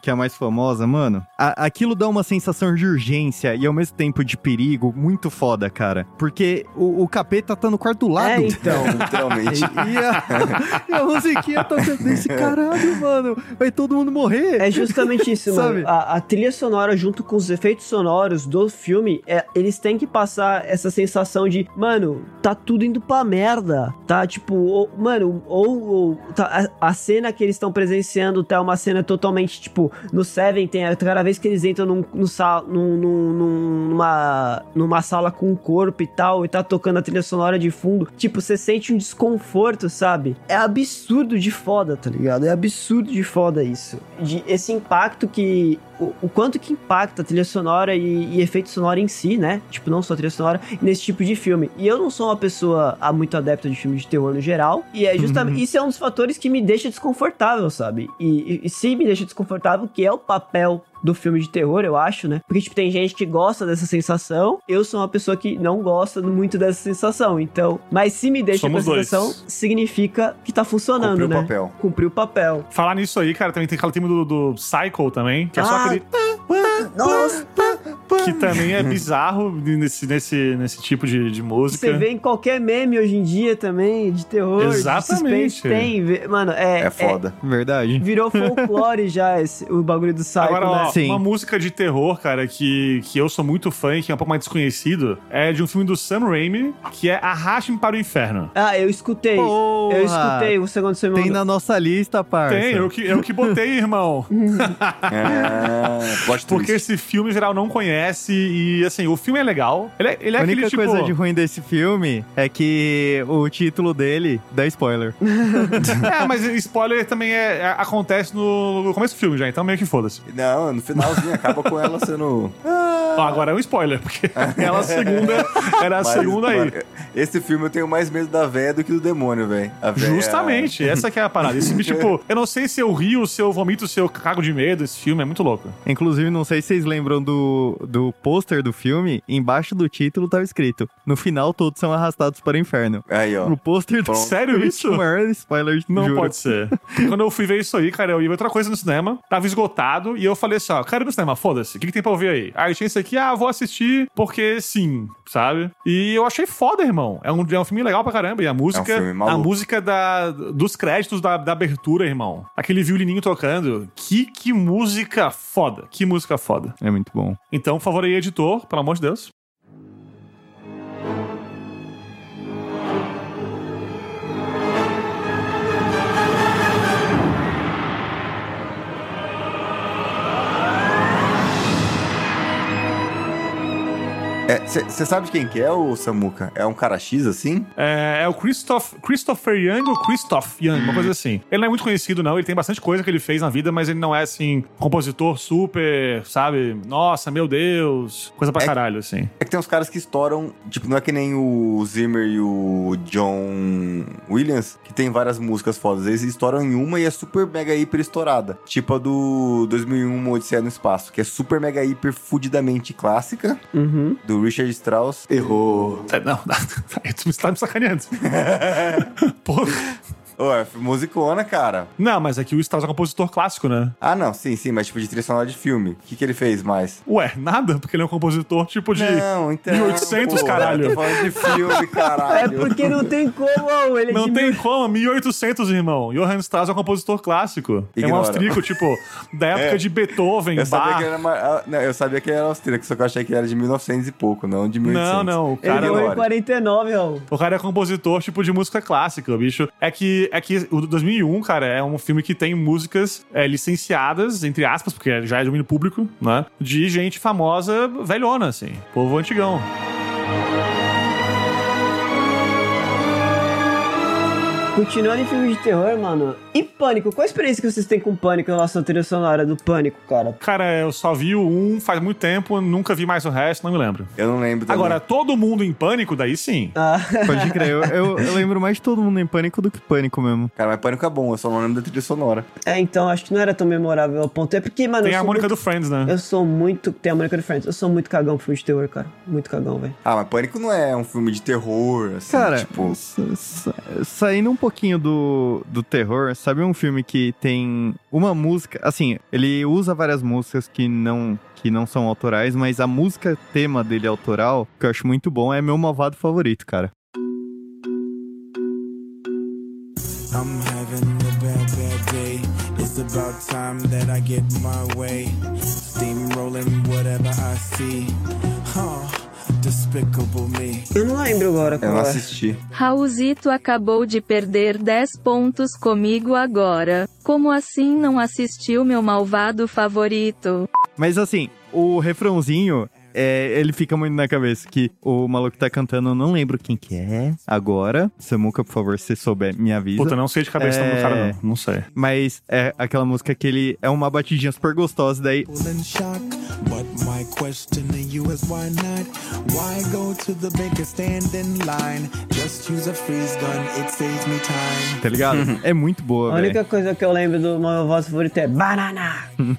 que é a mais famosa, mano, a- aquilo dá uma sensação de urgência e ao mesmo tempo de perigo muito foda, cara. Porque o, o capeta tá no quarto do lado. é então Literalmente. E a, e a musiquinha tá sendo desse caralho, mano. Vai todo mundo morrer. É justamente isso, Sabe? mano. A, a trilha sonora, junto com os efeitos sonoros do filme, é- eles têm que passar essa sensação de, mano, tá tudo indo pra merda. Tá, tipo, ou- mano, ou, ou tá- a, a cena que eles estão presenciando tá uma cena totalmente, tipo, no Seven tem a cada vez que eles entram num, num sal- num- num- num- numa, numa sala com um corpo e tal, e tá tocando a trilha sonora de fundo, tipo, você sente um desconforto, sabe? É absurdo de foda, tá ligado? É absurdo de foda isso. De esse impacto que. O, o quanto que impacta a trilha sonora e, e efeito sonoro em si, né? Tipo, não só a trilha sonora, nesse tipo de filme. E eu não sou uma pessoa ah, muito adepta de filmes de terror no geral, e é justamente. isso é um dos fatores que me deixa desconfortável, sabe? E, e- e se me deixa desconfortável, que é o papel do filme de terror, eu acho, né? Porque, tipo, tem gente que gosta dessa sensação. Eu sou uma pessoa que não gosta muito dessa sensação. Então, mas se me deixa Somos com essa dois. sensação, significa que tá funcionando, Cumpriu o né? papel. Cumpriu o papel. Falar nisso aí, cara, também tem aquele tema do, do Cycle também, que é só Ah, aquele. Nossa, Que também é bizarro nesse, nesse, nesse tipo de, de música. você vê em qualquer meme hoje em dia também, de terror, de Exatamente. suspense, tem. vê- Mano, é... É foda. Verdade. virou folclore já esse, o bagulho do Psycho, Agora, ó, né? Sim. uma música de terror, cara, que, que eu sou muito fã e que é um pouco mais desconhecido, é de um filme do Sam Raimi, que é Arraste-me para o Inferno. Ah, eu escutei. Porra! Eu escutei o segundo seu Tem na nossa lista, parça. Tem, Hum, eu que, eu que botei, irmão. Ah, plot Porque twist. esse filme, em geral, não conhece e, assim, o filme é legal. Ele é, ele é a única aquele tipo... coisa de ruim desse filme é que o título dele dá spoiler. É, mas spoiler também é, é- acontece no começo do filme já, então meio que foda-se. Não, no finalzinho acaba com ela sendo. Ó, agora é um spoiler, porque ela a segunda, era a Mas, segunda aí. É. mano, Esse filme eu tenho mais medo da véia do que do demônio, velho. A véia- Justamente, essa que é a parada. Esse filme, tipo, eu não sei se eu rio, se eu vomito, se eu cago de medo. Esse filme é muito louco. Inclusive, não sei se vocês lembram do, do pôster do filme, embaixo do título tava escrito: No final todos são arrastados para o inferno. é Aí, ó. No pôster do Pronto. Sério isso? é o maior spoiler Não juro. pode ser. Quando eu fui ver isso aí, cara, eu ia ver outra coisa no cinema, tava esgotado, e eu falei assim, ó, quero ir no cinema, foda-se, o que, que tem pra ouvir aí? Aí tinha isso aqui, ah, vou assistir, porque sim, sabe? E eu achei foda, irmão. É um, é um filme legal pra caramba, e a música... filme maluco. a música da, dos créditos da, da abertura, irmão. Aquele violininho tocando. Que, que música foda, que música foda. É muito bom. Então, por favor aí, editor, pelo amor de Deus. Você sabe quem que é o Samuca? É um cara X assim? É, é o Christoph, Christopher Young ou Christoph Young, uma coisa assim. Ele não é muito conhecido, não. Ele tem bastante coisa que ele fez na vida, mas ele não é, assim, compositor super, sabe? Nossa, meu Deus. Coisa pra É- caralho, assim. É que tem uns caras que estouram, tipo, não é que nem o Zimmer e o John Williams, que tem várias músicas fodas. Eles estouram em uma e é super mega hiper estourada. Tipo a do 2001 Uma Odisseia no Espaço, que é super mega hiper fudidamente clássica, Uhum. do Richard Strauss. Errou. É, Não, você tá me sacaneando. Pô, Ó, é musicona, cara. não, mas aqui o Strauss é compositor clássico, né? Ah, não, sim, sim, mas tipo de trilha sonora de filme. O que, que ele fez mais? Ué, nada, porque ele é um compositor tipo de. Não, então. 1800, caralho. Tô falando de filme, É caralho. porque não tem como, ele é Não de tem mil- como, 1800, irmão. Johann Strauss é um compositor clássico. É um Ignora. austríaco, tipo, da época É. de Beethoven, Eu sabia, Bach. que ele era, ma- ah, não, eu sabia que ele era austríaco, só que eu achei que ele era de 1900 e pouco, não de 1800. Não, não, é o Ele cara Ele é ganhou em olha. 49, Raul. O cara é compositor, tipo, de música clássica, bicho. É que, é que o 2001, cara, é um filme que tem músicas é, licenciadas, entre aspas, porque já é domínio público, né? De gente famosa, velhona, assim. Povo antigão. Continuando em filme de terror, mano. E Pânico? Qual a experiência que vocês têm com Pânico em relação à trilha sonora do Pânico, cara? Cara, eu só vi o um faz muito tempo, nunca vi mais o resto, não me lembro. Eu não lembro também. Agora, todo mundo em pânico, daí sim. Ah, Pode crer. Eu, eu- eu lembro mais de todo mundo em pânico do que pânico mesmo. Cara, mas Pânico é bom, eu só não lembro da trilha sonora. é, então acho que não era tão memorável ao ponto. É porque, mano, Tem eu, a sou Mônica muito, do Friends, né? eu sou muito. Tem a Mônica do Friends. Eu sou muito cagão pro filme de terror, cara. Muito cagão, velho. Ah, mas Pânico não é um filme de terror, assim, Cara, tipo... sa- sa- saindo um pouquinho do, do terror, sabe um filme que tem uma música. Assim, ele usa várias músicas que não, que não são autorais, mas a música tema dele autoral, que eu acho muito bom, é meu malvado favorito, cara. I'm having a bad, bad day. It's about time that I get my way. Steamrolling whatever I see. Huh, despicable me. Eu não lembro agora Eu qual não é. assisti. Raulzito acabou de perder 10 pontos comigo agora. Como assim não assistiu meu malvado favorito? Mas assim, o refrãozinho, é, ele fica muito na cabeça. Que o maluco tá cantando, eu não lembro quem que é agora. Samuca, por favor, se souber, me avisa. Puta, não sei de cabeça o nome do cara, É. não. Não sei. Mas é aquela música que ele é uma batidinha super gostosa, daí People in shock, but my question to you is why not? Why go to the bank and stand in line? Just use a freeze gun, it saves me time. tá ligado? é muito boa, A velho. única coisa que eu lembro do meu voz favorito é Banana.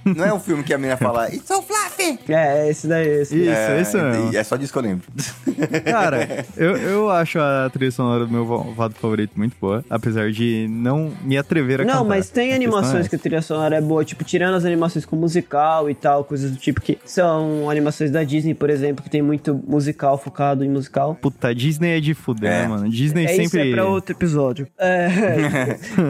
Não é um filme que a menina fala... It's so fluffy! É, é esse daí. Esse. um. Isso, é, isso mesmo. e É só disso que eu lembro. Cara, eu, eu acho a trilha sonora do meu vado favorito muito boa, apesar de não me atrever a Não, cantar. mas tem A questão animações é que a trilha sonora é boa, tipo, tirando as animações com musical e tal, coisas do tipo que são animações da Disney, por exemplo, que tem muito musical focado em musical. Puta, Disney é de fuder, É. né, mano? Disney É, isso sempre. é pra outro episódio. É,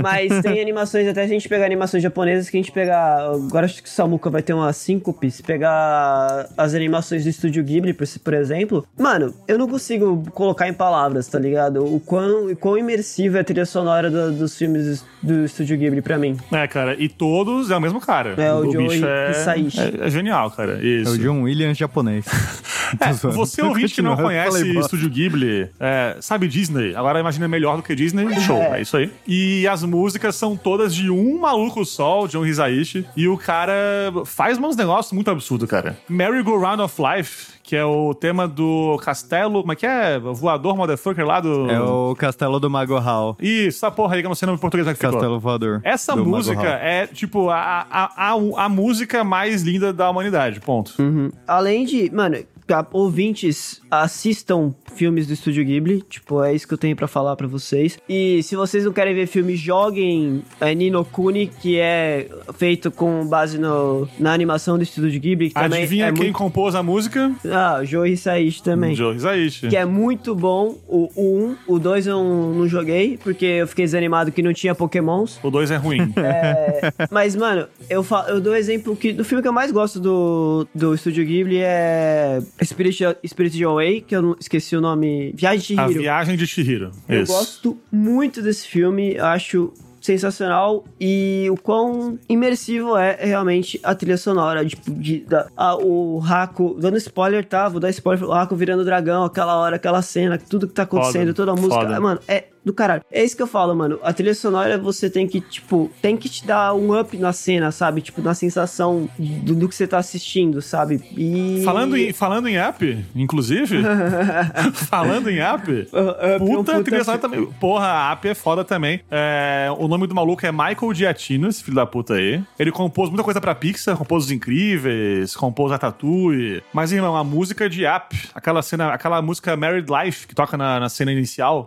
mas tem animações, até se a gente pegar animações japonesas, que a gente pegar. Agora acho que o Samuka vai ter uma síncope. Se pegar a- as animações do estúdio Ghibli, por, por exemplo, mano, eu não consigo colocar em palavras, tá ligado? O quão, o quão imersiva é a trilha sonora do- dos filmes do estúdio Ghibli pra mim. É, cara, e todos é o mesmo cara. É, o Joe bicho é, Hisaishi. é, é genial, cara. É o Isso. John Williams japonês. É, Tô zoando. você ouvinte que não Continua, eu conhece falei bosta. Estúdio Ghibli, é, sabe Disney, agora imagina melhor do que Disney, show, é. isso aí. E as músicas são todas de um maluco só, o John Hisaishi, e o cara faz uns negócios muito absurdos, cara. Merry Go Round of Life, que é o tema do castelo, como é que é? Voador Motherfucker lá do... É o Castelo do Mago Hall. Isso, essa porra aí que eu não sei o nome em português é que ficou. Castelo Voador. Essa do Mago música Hall. é, tipo, a, a, a, a música mais linda da humanidade, ponto. Uhum. Além de, mano, a- ouvintes assistam filmes do Estúdio Ghibli, tipo, é isso que eu tenho pra falar pra vocês. E se vocês não querem ver filme, joguem é, Nino Kuni, que é feito com base no, na animação do Estúdio Ghibli, que também Adivinha é quem muito... compôs a música? Ah, Joe Hisaishi também. Joe Hisaishi. Que é muito bom, o 1, o 1, o 2 eu não não joguei, porque eu fiquei desanimado que não tinha pokémons. O 2 é ruim. É, Mas, mano, eu, fa- eu dou um exemplo que do filme que eu mais gosto do, do Estúdio Ghibli é Spirit, Spirit Away, que eu não esqueci o nome. Viagem de A Hiro. Viagem de Shihiro. Eu Isso. gosto muito desse filme, acho sensacional e o quão imersivo é realmente a trilha sonora, tipo, de, da- a- o Raco, dando spoiler, tá? Vou dar spoiler, o Raco virando dragão, aquela hora, aquela cena, tudo que tá acontecendo, Foda, toda a música, foda. mano, é do caralho. É isso que eu falo, mano, a trilha sonora você tem que, tipo, tem que te dar um up na cena, sabe? Tipo, na sensação do, do que você tá assistindo, sabe? E... Falando em, falando em app, inclusive. falando em app. Uh, up, um Puta, trilha sonora fi- também. Porra, a app é foda também. É, o nome do maluco é Michael Giacchino, esse filho da puta aí. Ele compôs muita coisa pra Pixar, compôs Os Incríveis, compôs Ratatouille. Mas, irmão, a música de app, aquela cena, aquela música Married Life que toca na, na cena inicial,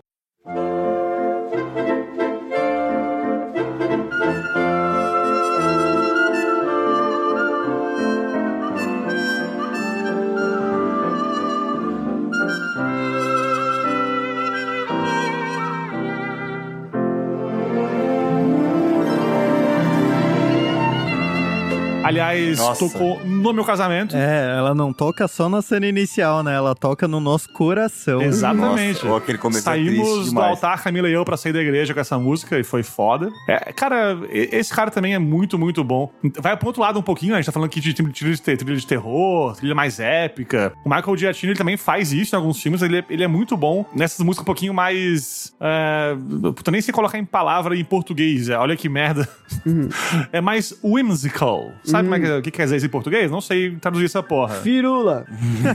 aliás, Nossa. tocou no meu casamento. É, ela não toca só na cena inicial, né? Ela toca no nosso coração. Exatamente. Nossa, ou aquele começo é triste Saímos do demais. altar, Camila e eu, pra sair da igreja com essa música e foi foda. É, cara, e- esse cara também é muito, muito bom. Vai pro outro lado um pouquinho, a gente tá falando aqui de trilha de, te- trilha de terror, trilha mais épica. O Michael Giacchino, ele também faz isso em alguns filmes, ele, é- ele é muito bom nessas músicas um pouquinho mais... É, puta, nem sei colocar em palavra em português, é, olha que merda. é mais whimsical. Sabe como é que- o que quer dizer isso em português? Não sei traduzir essa porra Firula.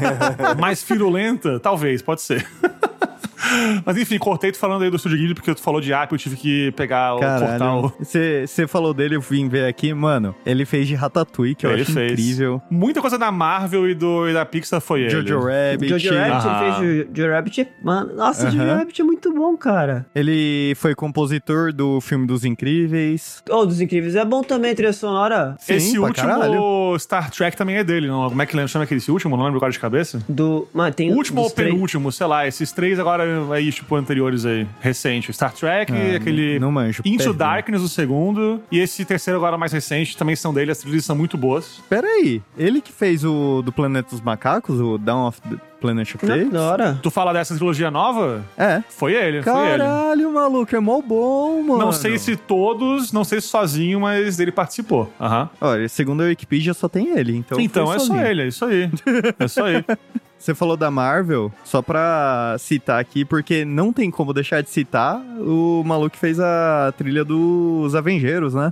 mais firulenta? Talvez, pode ser. Mas enfim, cortei tu falando aí do Estúdio Ghibli porque tu falou de app, eu tive que pegar o Caralho. portal. Você falou dele, eu vim ver aqui, mano. Ele fez de Ratatouille, que eu acho incrível. Muita coisa da Marvel e, do, e da Pixar foi ele. Jojo Rabbit. Jojo Rabbit, Ah. ele fez Jojo Rabbit. Mano, nossa, Jojo Aham. Rabbit é muito bom, cara. Ele foi compositor do filme dos Incríveis. Oh, dos Incríveis é bom também, a trilha sonora Sim, Esse pra último caralho. Star Trek também é dele, não? Como é que lembra- chama aquele esse último? Não lembro agora de cabeça. do... Mano, tem O último dos ou penúltimo, sei lá, esses três agora aí, tipo, anteriores aí, recente. Star Trek, aquele Ah, não manjo, Into perdão. Darkness, o segundo, e esse terceiro agora mais recente, também são dele, as trilhas são muito boas. Pera aí, ele que fez o do Planeta dos Macacos, o Dawn of the Planet of the Três... Apes? Não, da hora. Tu fala dessa trilogia nova? É. Foi ele, foi ele. Caralho, maluco, é mó bom, mano. Não sei se todos, não sei se sozinho, mas ele participou. Aham. Olha, segundo a Wikipedia só tem ele, então. Então foi é só sozinho. ele, é isso aí. É isso aí. Você falou da Marvel, só pra citar aqui, porque não tem como deixar de citar o maluco que fez a trilha dos Avengeiros, né?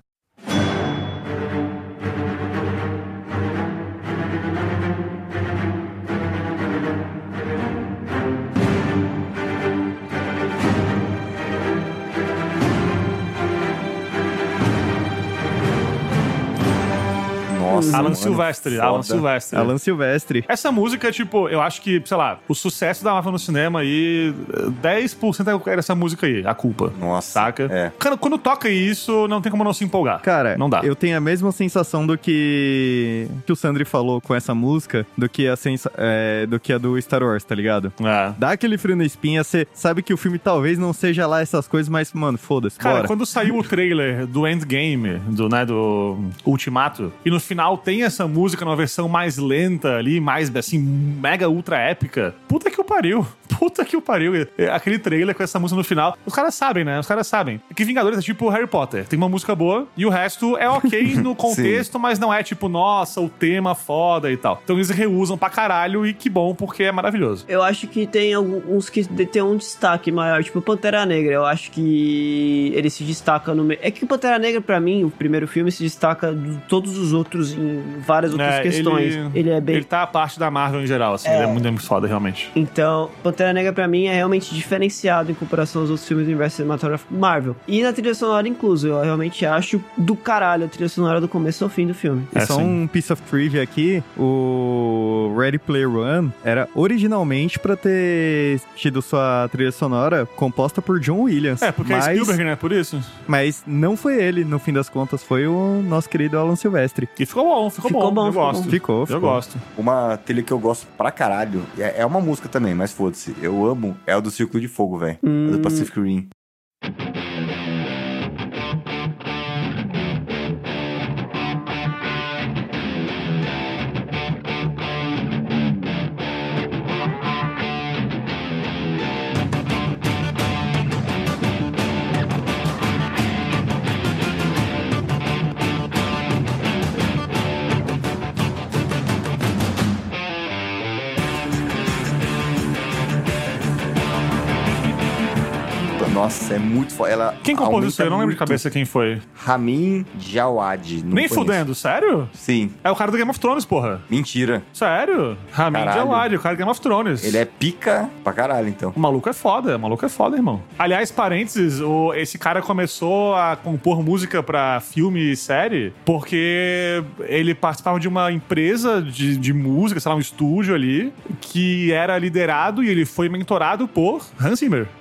Nossa, Alan mano, Silvestre, foda. Alan Silvestre. Alan Silvestre. Essa música, tipo, eu acho que, sei lá, o sucesso da Marvel no cinema aí, 10% é era essa música aí, a culpa. Nossa, Saca? é. Cara, quando toca isso, não tem como não se empolgar. Cara, não dá. eu tenho a mesma sensação do que que o Sandri falou com essa música, do que a, sensa, é, do, que a do Star Wars, tá ligado? É. Dá aquele frio na espinha, você sabe que o filme talvez não seja lá essas coisas, mas, mano, foda-se, Cara, bora. quando saiu o trailer do Endgame, do, né, do Ultimato, e no final original tem essa música numa versão mais lenta ali, mais assim, mega ultra épica. Puta que o pariu. Puta que o pariu. É, Aquele trailer com essa música no final. Os caras sabem, né? Os caras sabem. Que Vingadores é tipo Harry Potter. Tem uma música boa e o resto é ok no contexto, mas não é tipo, nossa, o tema foda e tal. Então eles reusam pra caralho e que bom, porque é maravilhoso. Eu acho que tem alguns que de- tem um destaque maior, tipo Pantera Negra. Eu acho que ele se destaca no. me- É que o Pantera Negra, pra mim, o primeiro filme, se destaca de todos os outros em várias outras É, questões. Ele, ele- é bem. Ele tá a parte da Marvel em geral, assim. Ele é muito, é muito foda, realmente. Então, Pantera Negra pra mim é realmente diferenciado em comparação aos outros filmes do universo cinematográfico Marvel. E na trilha sonora incluso, eu realmente acho do caralho a trilha sonora do começo ao fim do filme. E É, só sim. um piece of trivia aqui, o Ready Player One era originalmente pra ter tido sua trilha sonora composta por John Williams. É, porque mas, é Spielberg, né? Por isso. mas não foi ele, no fim das contas, foi o nosso querido Alan Silvestre. E ficou bom, ficou, Ficou bom. bom, Eu ficou gosto. Ficou, ficou. Eu gosto. Uma trilha que eu gosto pra caralho. É, é uma música também, mas foda-se. Eu amo. É a do Círculo de Fogo, velho. A Hum. Hum. do Pacific Rim. Nossa, é muito foda. Ela Quem compôs aumenta isso? Eu não lembro de muito. cabeça quem foi. Ramin Djawadi. Não Nem conheço. fudendo, sério? Sim. É o cara do Game of Thrones, porra. Mentira. Sério? Ramin Caralho. Djawadi, o cara do Game of Thrones. Ele é pica pra caralho, então. O maluco é foda, o maluco é foda, irmão. Aliás, parênteses, o- esse cara começou a compor música pra filme e série porque ele participava de uma empresa de, de música, sei lá, um estúdio ali, que era liderado e ele foi mentorado por Hans Zimmer.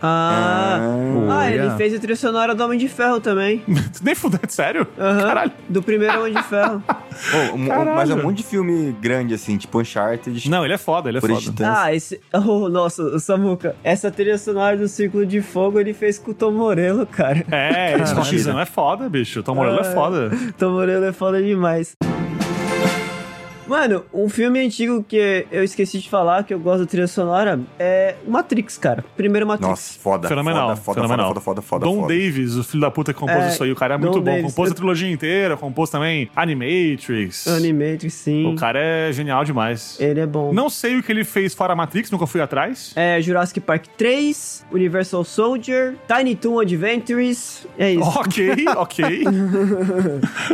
Ah, ah, olha. ele fez a trilha sonora do Homem de Ferro também. Nem fudendo, sério? Aham. Caralho. Do primeiro Homem de Ferro. Pô, um- Caralho. mas é um monte de filme grande, assim, tipo Uncharted, Não, ele é foda, ele é Por foda. Instância. Ah, esse. Oh, nossa, o Samuca. Essa trilha sonora do Círculo de Fogo ele fez com o Tom Morello, cara. É, esse Rochizão é foda, bicho. Tom Morello é foda. Tom Morello é foda demais. Mano, um filme antigo que eu esqueci de falar, que eu gosto da trilha sonora, é Matrix, cara. Primeiro Matrix. Nossa, foda. Fenomenal. Foda, foda, fenomenal. foda, foda, foda, foda. Don foda. Davis, o filho da puta que compôs É, isso aí. O cara é Don muito bom. Davis. Compôs a Eu- trilogia inteira, compôs também Animatrix. Animatrix, sim. O cara é genial demais. Ele é bom. Não sei o que ele fez fora Matrix, nunca fui atrás. É Jurassic Park 3, Universal Soldier, Tiny Toon Adventures. É isso. Ok, ok.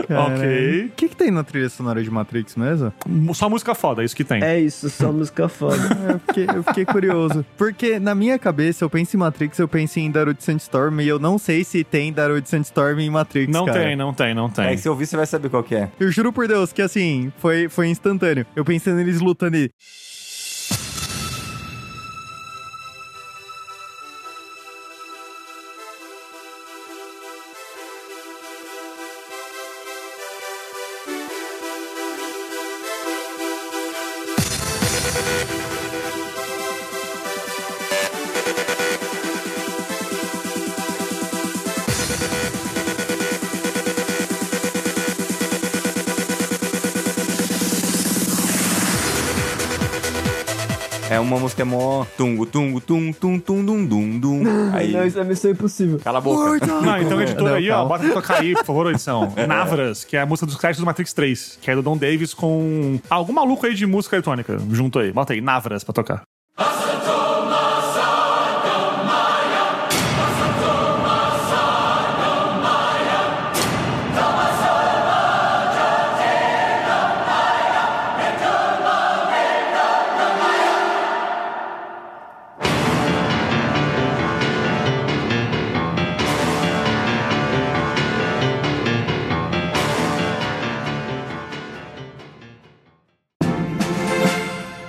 Caralho. ok. O que, que tem na trilha sonora de Matrix mesmo? Só música foda, é isso que tem. É isso, só música foda. É, Eu fiquei, eu fiquei curioso. Porque na minha cabeça, eu penso em Matrix, eu penso em Darude Sandstorm, e eu não sei se tem Darude Sandstorm em Matrix, não cara. tem, não tem, não tem. É, que se eu ouvir, você vai saber qual que é. Eu juro por Deus que assim, foi, foi instantâneo. Eu pensando neles lutando e. É uma música mó tungo, tungo, tum, tum, tum, dum, dum, dum. Aí, Não, isso é missão impossível. cala a boca. Não, então editor Não, aí, ó, calma. bota pra tocar aí, por favor, edição. Navras, que é a música dos créditos do Matrix 3, que é do Don Davis com algum maluco aí de música eletrônica, junto aí. Bota aí, Navras pra tocar.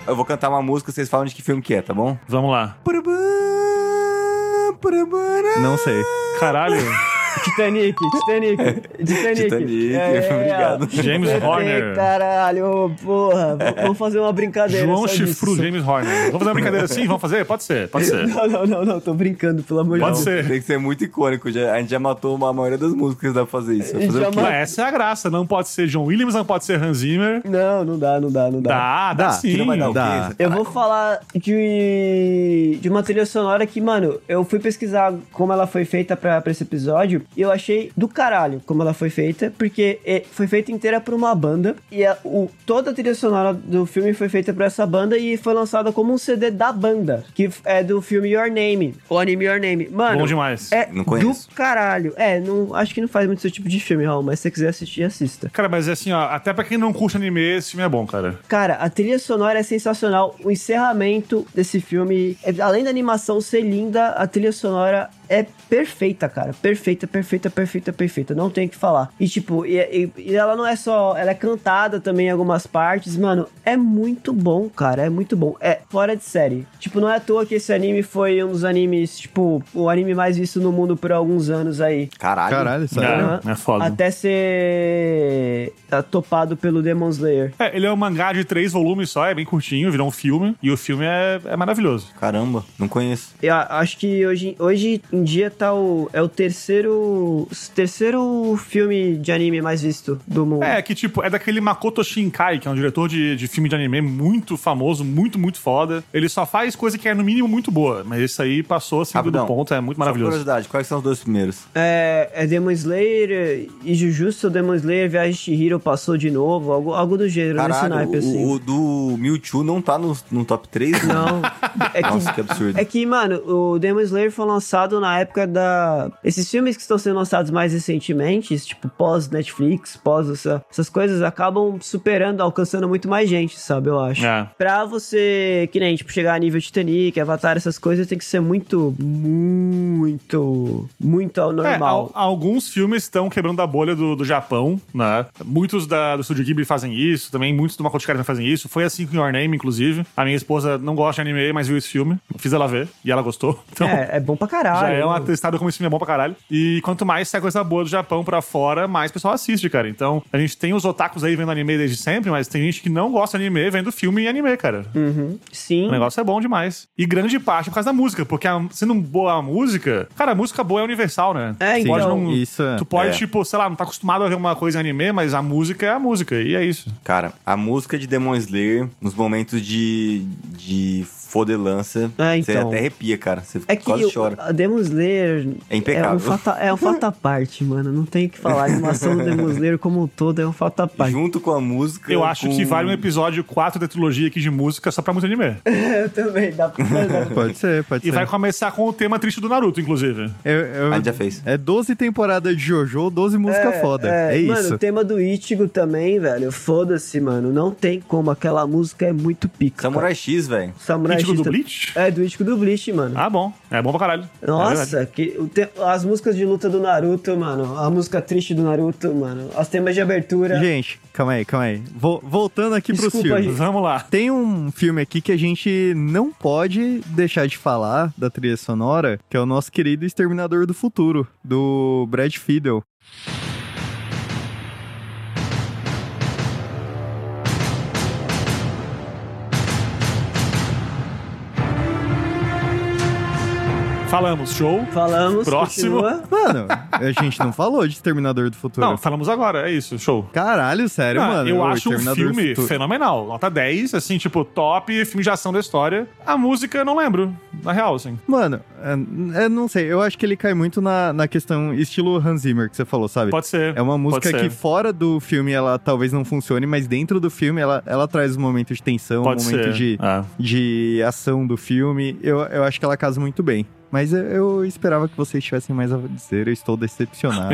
Eu vou cantar uma música, vocês falam de que filme que é, tá bom? Vamos lá. Não sei. Caralho. Titanic, Titanic, Titanic. Titanic, obrigado. James Acertei, Horner. Caralho, porra. v- Vamos fazer uma brincadeira. João só disso. Chifru, James Horner. Vamos fazer uma brincadeira assim? Vamos fazer? Pode ser, pode ser. Não, não, não, não. Tô brincando, pelo amor de Pode Deus. ser. Tem que ser muito icônico. já- a gente já matou uma- a maioria das músicas dá pra fazer isso. A Vai gente fazer já o quê? Mas essa é a graça. Não pode ser John Williams, não pode ser Hans Zimmer. Não, não dá, não dá, não dá. Dá, dá, Dá, sim. que não vai dar o quê? Dá. Eu vou falar de, de uma trilha sonora que, mano, eu fui pesquisar como ela foi feita pra, pra esse episódio e eu achei do caralho como ela foi feita, porque é, foi feita inteira por uma banda e a- o, toda a trilha sonora do filme foi feita por essa banda e foi lançada como um CD da banda, que f- é do filme Your Name, o anime Your Name. Mano, Bom demais. É Não conheço. do caralho. É, não, acho que não faz muito esse tipo de filme, Raul, mas se você quiser assistir, assista. Cara, mas assim, ó, até pra quem não curte anime, esse filme é bom, cara. Cara, a trilha sonora é sensacional. O encerramento desse filme, é- além da animação ser linda, a trilha sonora é perfeita, cara. Perfeita, perfeita, perfeita, perfeita. Não tem o que falar. E tipo, e, e- e ela não é só. Ela é cantada também em algumas partes. Mano, é muito bom, cara. É muito bom. É fora de série. Tipo, não é à toa que esse anime foi um dos animes, tipo, o anime mais visto no mundo por alguns anos aí. Caralho. Caralho, sério. Cara, Aham. é foda. Até ser ah, topado pelo Demon Slayer. É, ele é um mangá de três volumes só, é bem curtinho, virou um filme. E o filme é, é maravilhoso. Caramba, não conheço. Eu a- acho que hoje, hoje em dia tá o. É o terceiro. Terceiro filme de anime mais visto do mundo. É, que tipo, é daquele Makoto Shinkai, que é um diretor de, de filme de anime muito famoso, muito, muito foda. Ele só faz coisa que é, no mínimo, muito boa. Mas isso aí passou, assim, do Rapidão. ponto, é muito Só por maravilhoso. curiosidade, quais são os dois primeiros? É, é Demon Slayer e Jujutsu Demon Slayer, Viagem de Hero passou de novo, algo, algo do gênero, nesse Caralho, naipe, assim. o, o do Mewtwo não tá no, no top 3? Não. É que, Nossa, que absurdo. É que, mano, o Demon Slayer foi lançado na época da. Esses filmes que estão sendo lançados mais recentemente, tipo pós-Netflix, pós essa- essas coisas, acabam superando, alcançando muito mais gente, sabe? Eu acho. É. Pra você, que nem, tipo, chegar a nível Titanic, Avatar, essas coisas, tem que ser muito, muito, muito ao É, normal. al- alguns filmes estão quebrando a bolha do, do Japão, né? Muitos da, do Studio Ghibli fazem isso, também muitos do Makoto Shinkai fazem isso. Foi assim com Your Name, inclusive. A minha esposa não gosta de anime, mas viu esse filme. Fiz ela ver e ela gostou. Então, é, é bom pra caralho. já é um mano. atestado como esse filme é bom pra caralho. E quanto mais sai coisa boa do Japão pra fora, mais o pessoal assiste, cara. Então, a gente tem os otakus aí vendo anime desde sempre, mas tem gente que não gosta de anime vendo filme e anime, cara. Sim. O negócio é bom demais. E grande parte é por causa da música, porque a- sendo boa a música, cara, a música boa é universal, né? É, Tu então. pode não, Isso é- Tu pode, é. tipo, sei lá, não tá acostumado a ver uma coisa em anime, mas a música é a música, e é isso. Cara, a música de Demon Slayer, nos momentos de, de fodelança, É, você então. até arrepia, cara. Você É que quase o, chora. a Demon Slayer É impecável. um fato, é um fato à parte, mano. Não tem o que falar. A animação do Demon Slayer como um todo é um fato à parte. Junto com a música. Eu acho com- que vale um episódio 4 da trilogia aqui de música só pra muito anime. Eu também, dá pra fazer. Pode ser, pode E ser. vai começar com o tema triste do Naruto, inclusive. Eu- eu- A gente Ah, já fez. É 12 temporadas de Jojo, 12 música foda. É, Mano, isso. o tema do Ichigo também, velho. Foda-se, mano. Não tem como. Aquela música é muito pica. Samurai X, velho. cara. Samurai Ichigo X do tam- Bleach? É, do Ichigo do Bleach, mano. Ah, bom. É bom pra caralho. É verdade. Nossa, que, o te- as músicas de luta do Naruto, mano. A música triste do Naruto, mano. As temas de abertura. Gente, calma aí, calma aí. Vo- voltando aqui pros Desculpa, filmes. gente. Vamos lá. Tem um filme aqui que a gente não pode deixar de falar da trilha sonora, que é o nosso querido Exterminador do Futuro, do Brad Fiedel. Falamos, show. Falamos, Próximo. continua. Mano, a gente não falou de Exterminador do Futuro. Não, falamos agora, é isso, show. Caralho, sério, Ah, mano. eu o acho um Exterminador do filme Futuro- fenomenal. Nota 10, assim, tipo, top filme de ação da história. A música eu não lembro, na real, assim. Mano, é- eu não sei, eu acho que ele cai muito na, na questão estilo Hans Zimmer que você falou, sabe? Pode ser. É uma música Pode ser. que fora do filme ela talvez não funcione, mas dentro do filme ela, ela traz um momento de tensão, Pode um momento ser. de É. de ação do filme, eu, eu acho que ela casa muito bem. Mas eu, eu esperava que vocês tivessem mais a dizer, eu estou decepcionado.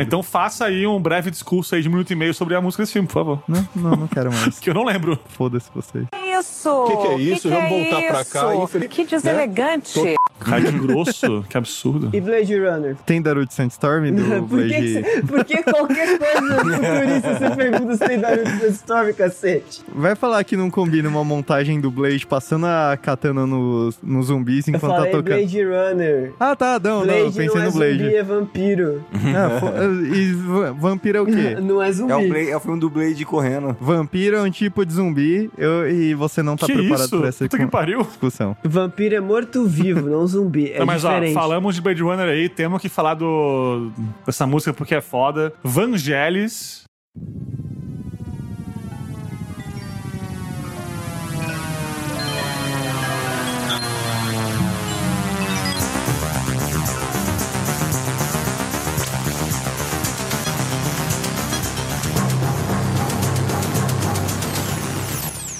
Então faça aí um breve discurso aí de um minuto e meio sobre a música desse filme, por favor. Não, não, não quero mais. Então- Que eu não lembro. Foda-se vocês. isso? O que, é isso? Vamos voltar pra cá. Que deselegante. Cara, que grosso, que absurdo. E Blade Runner? Tem Darude Sandstorm do Por que, que Blade... cê- por que qualquer coisa no futurista você pergunta se tem Naruto no Storm, cacete? Vai falar que não combina uma montagem do Blade passando a katana nos nos zumbis Eu enquanto tá falei tocando. Blade Runner. Ah, tá, não, não, eu Blade pensei não é no Blade. zumbi, é vampiro. Ah, fo- e va- vampiro é o quê? Não é zumbi. É o, play, é o filme do Blade correndo. Vampiro é um tipo de zumbi eu- e você não tá que preparado isso? pra essa Puta que con- pariu. discussão. Vampiro é morto-vivo, não zumbi. É Não, Então, mas diferente. ó, falamos de Blade Runner aí, temos que falar do, dessa música porque é foda. Vangelis.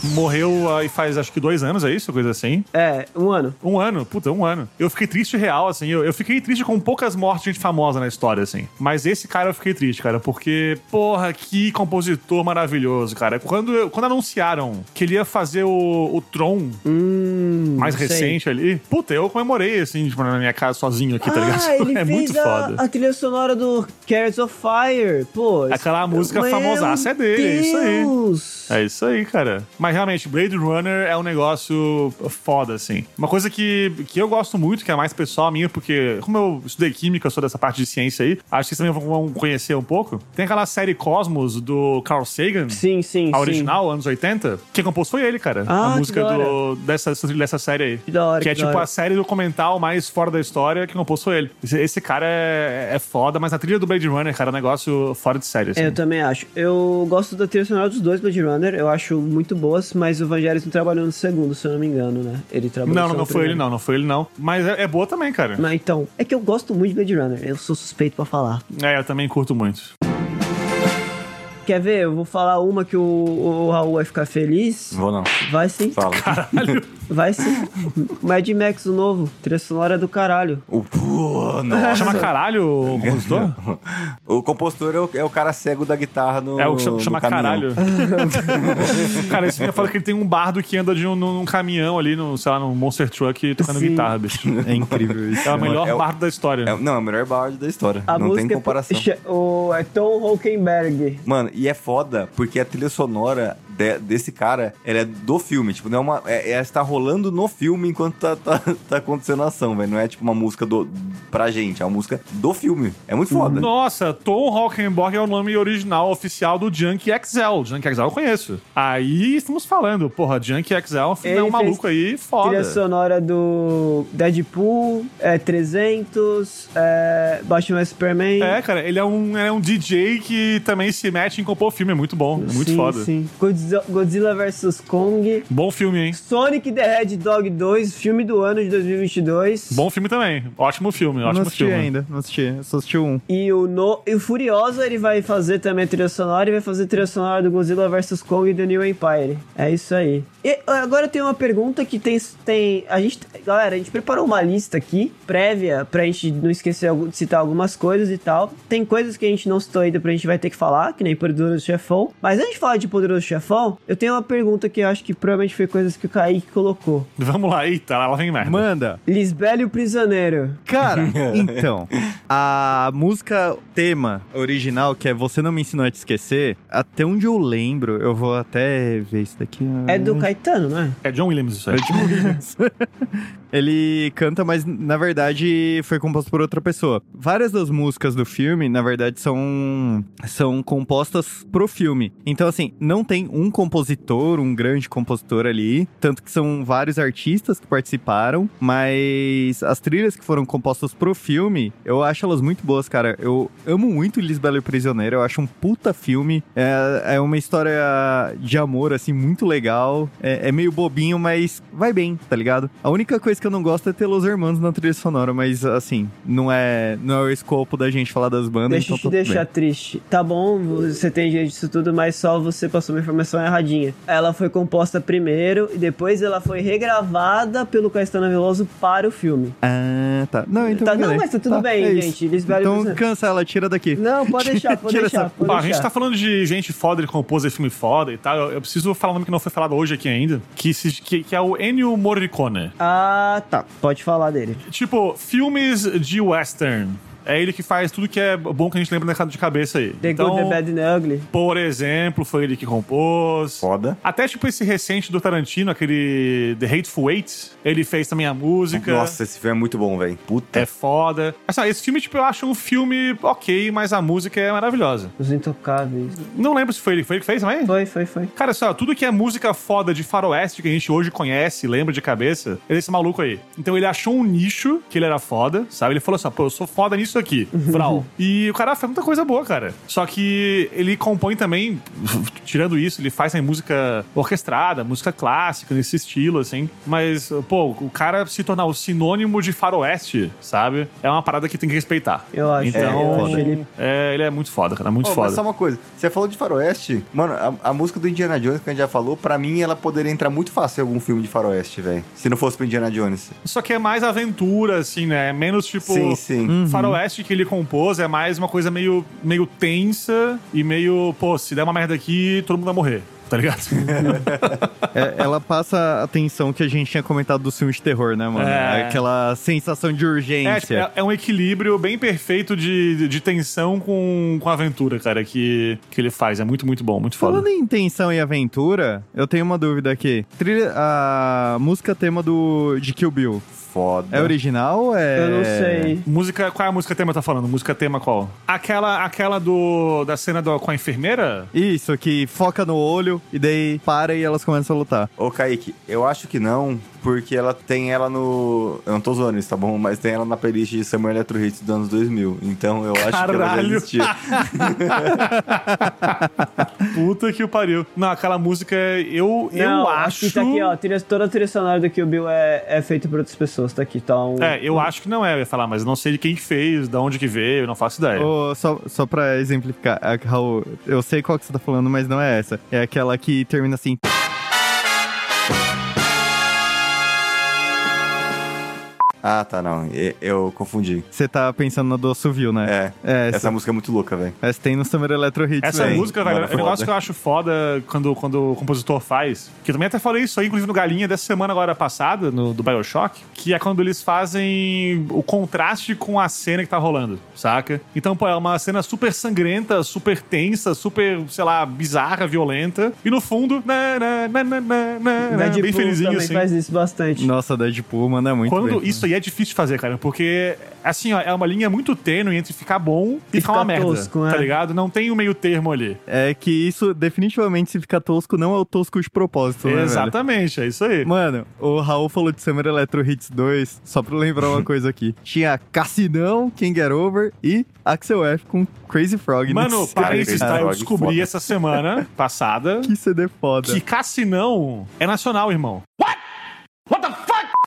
Morreu aí faz acho que dois anos, é isso? Coisa assim. É, um ano. Um ano, puta, um ano. Eu fiquei triste real, assim. Eu, eu fiquei triste com poucas mortes de gente famosa na história, assim. Mas esse cara eu fiquei triste, cara, porque, porra, que compositor maravilhoso, cara. Quando, eu- quando anunciaram que ele ia fazer o, o Tron Hum, mais sei. recente ali, puta, eu comemorei, assim, tipo, na minha casa sozinho aqui, tá ligado? Ah, ele é fez muito a, foda. a trilha sonora do Carrots of Fire. Pô, Aquela música Meu famosaça é dele, é isso aí. Deus. É isso aí, cara. Mas realmente, Blade Runner é um negócio foda, assim. Uma coisa que, que eu gosto muito, que é mais pessoal minha, porque como eu estudei química, eu sou dessa parte de ciência aí, acho que vocês também vão conhecer um pouco. Tem aquela série Cosmos do Carl Sagan. Sim, sim, A sim. original, anos 80, quem compôs foi ele, cara. Ah, a que música da hora. do, dessa, dessa série aí. Que da hora, Que é que da tipo hora. a série documental mais fora da história que compôs foi ele. Esse, esse cara é, é foda, mas a trilha do Blade Runner, cara, é um negócio fora de série. Assim. É, Eu também acho. Eu gosto da trilha sonora dos dois Blade Runner, eu acho muito boas, mas o Vangelis não trabalhou no segundo, se eu não me engano, né? Ele trabalhou Não, só não, no não foi primeiro. ele, não. Não foi ele, não. Mas é, é boa também, cara. Mas então, é que eu gosto muito de Blade Runner, eu sou suspeito pra falar. É, eu também curto muito. Quer ver? Eu vou falar uma que o, o Raul vai ficar feliz. Vou não. Vai sim, Fala. vai sim. Mad Max, o novo. Trilha sonora do caralho. O, pô, nossa. Chama caralho o compositor? O compositor é o, é o cara cego da guitarra no. É o que chama, no chama caminhão. caralho. cara, esse filme fala que ele tem um bardo que anda de um, num caminhão ali, no, sei lá, num monster truck tocando Sim. guitarra, bicho. É incrível isso. É o melhor é o- bardo da história. É- não, é o melhor bard da história. A não música tem é- comparação. che- o, é Tom Holkenberg. Mano, e é foda porque a trilha sonora de- desse cara, ela é do filme. Tipo, não é uma. É, ela está rolando no filme enquanto tá, tá, tá acontecendo a ação, velho. Não é tipo uma música do, pra gente, é uma música do filme. É muito foda. Nossa, Tom Hockenborg é o nome original oficial do Junk XL. Junk XL eu conheço. Aí estamos falando, porra, Junk XL Ele é um fez maluco aí foda. Trilha sonora do Deadpool, é 300, é Batman Superman. É, cara, ele é um, ele é um DJ que também se mete em compor filme. É muito bom, é muito sim, foda. Sim. Godzi- Godzilla vs Kong. Bom filme, hein? Sonic the Red Dog 2, filme do ano de 2022. Bom filme também. Ótimo filme, não ótimo assisti um filme. ainda, não assisti. Eu Só assisti um. E o, no... e o Furiosa, ele vai fazer também a trilha sonora e vai fazer a trilha sonora do Godzilla vs Kong e do New Empire. É isso aí. E ó, agora tem uma pergunta que tem... tem a gente, galera, a gente preparou uma lista aqui, prévia, pra gente não esquecer algu- de citar algumas coisas e tal. Tem coisas que a gente não citou ainda, pra gente vai ter que falar, que nem Poderoso Chefão. Mas antes de falar de Poderoso Chefão, eu tenho uma pergunta que eu acho que provavelmente foi coisas que o Kaique colocou. Vamos lá, eita, lá vem merda. Manda! Lisbelo e o Prisioneiro. Cara, então, a música tema original, que é Você Não Me Ensinou a Te Esquecer, até onde eu lembro, eu vou até ver isso daqui. ah, É do Caetano, não é? É John Williams isso aí. Ele canta, mas na verdade foi composto por outra pessoa. Várias das músicas do filme, na verdade, são, são compostas pro filme. Então, assim, não tem um compositor, um grande compositor ali. Tanto que são vários artistas que participaram, mas as trilhas que foram compostas pro filme, eu acho elas muito boas, cara. Eu amo muito Lisbela e o Prisioneiro, eu acho um puta filme. É, é uma história de amor, assim, muito legal. É, é meio bobinho, mas vai bem, tá ligado? A única coisa que eu não gosto é ter Los Hermanos na trilha sonora, mas assim, não é, não é o escopo da gente falar das bandas. Deixa eu então te tá tudo deixar triste. Tá bom, você tem direito disso tudo, mas só você passou uma informação erradinha. Ela foi composta primeiro e depois ela foi regravada pelo Caetano Veloso para o filme. Ah, tá. Não, então. Tá, não, beleza. mas tá tudo bem, é isso. gente, eles valem Então você. cancela, tira daqui. Não, pode deixar, pode Tira deixar. essa- Pode Ó, a deixar. gente tá falando de gente foda que compôs esse filme foda e tal. Eu, eu preciso falar um nome que não foi falado hoje aqui ainda, que, se- que, que é o Ennio Morricone. Ah, tá. Pode falar dele. Tipo, filmes de western. É ele que faz tudo que é bom que a gente lembra de cabeça aí. Então, The Good, The Bad and the Ugly. Por exemplo, foi ele que compôs. Foda. Até tipo esse recente do Tarantino, aquele The Hateful Eight, ele fez também a música. Nossa, esse filme é muito bom, velho. Puta. É foda. Mas, sabe, esse filme, tipo, eu acho um filme ok, mas a música é maravilhosa. Os Intocáveis. Não lembro se foi ele, foi ele que fez também? Foi, foi, foi. Cara, só, tudo que é música foda de faroeste que a gente hoje conhece, lembra de cabeça, é esse maluco aí. Então ele achou um nicho que ele era foda, sabe? Ele falou assim, pô, eu sou foda nisso aqui, Vral. e o cara faz muita coisa boa, cara. Só que ele compõe também, tirando isso, ele faz também música orquestrada, música clássica, nesse estilo, assim. Mas, pô, o cara se tornar o sinônimo de faroeste, sabe? É uma parada que tem que respeitar. Eu acho, É, eu Então, acho ele- é, ele é muito foda, cara, muito Ó, foda. mas só uma coisa, você falou de faroeste, mano, a, a música do Indiana Jones que a gente já falou, pra mim ela poderia entrar muito fácil em algum filme de faroeste, velho. Se não fosse pro Indiana Jones. Só que é mais aventura, assim, né? É Menos tipo. Sim, sim. Faroeste que ele compôs é mais uma coisa meio, meio tensa e meio, pô, se der uma merda aqui, todo mundo vai morrer, tá ligado? É, ela passa a tensão que a gente tinha comentado dos filmes de terror, né, mano? É. Aquela sensação de é, tipo, urgência. é- é um equilíbrio bem perfeito de, de tensão com, com aventura, cara, que, que ele faz. É muito, muito bom, muito foda. Falando em tensão e aventura, eu tenho uma dúvida aqui. Trilha- a música tema do de Kill Bill Foda. é original ou é Eu não sei. Música, qual é a música tema que tá falando? Música tema qual? Aquela, aquela do da cena do, com a enfermeira? Isso, que foca no olho e daí para e elas começam a lutar. Ô, Kaique, eu acho que não, porque ela tem ela no. Eu não tô zoando isso, tá bom? Mas tem ela na playlist de Samuel Electro Hits dos anos 2000. Então eu acho que ela já Caralho. existia. Puta que o pariu. Não, aquela música eu, eu Não, acho. que Tá aqui, ó. trilha- toda a trilha sonora do Kill Bill é, é feita por outras pessoas. Tá aqui, tá um... É, eu acho que não é, eu ia falar, mas eu não sei de quem que fez, de onde que veio, eu não faço ideia. Ô, só, só pra exemplificar, a- Raul, eu sei qual que você tá falando, mas não é essa. É aquela que termina assim. ah, tá, não. e- Eu confundi. Você tá pensando na do assovio, né? É. É, essa essa, música é muito louca, velho. essa tem no Summer Electro Hits, Essa velho. música, velho, mano, é um foda. negócio que eu acho foda quando, quando o compositor faz. Que eu também até falei isso aí, inclusive no Galinha dessa semana agora passada, no, do Bioshock, que é quando eles fazem o contraste com a cena que tá rolando, saca? Então, pô, é uma cena super sangrenta, super tensa, super, sei lá, bizarra, violenta. E no fundo, né, na, na, na, na, na, na, Deadpool né, bem felizinho, também assim. faz isso bastante. Nossa, Deadpool, mano, é muito Quando bem. isso aí é difícil de fazer, cara, porque assim, ó, é uma linha muito tênue entre ficar bom e, ficar uma merda, tosco, tá é. ligado? Não tem o meio termo ali. É que isso, definitivamente, se ficar tosco, não é o tosco de propósito, né, velho? Exatamente, é isso aí. Mano, o Raul falou de Summer Electro Hits 2, só pra lembrar uma coisa aqui. Tinha Cassinão, King Get Over e Axel F com Crazy Frog. Mano, nesse- para cara, isso, esse tá? Eu Frog descobri foda. essa semana passada que CD foda. que Cassinão é nacional, irmão.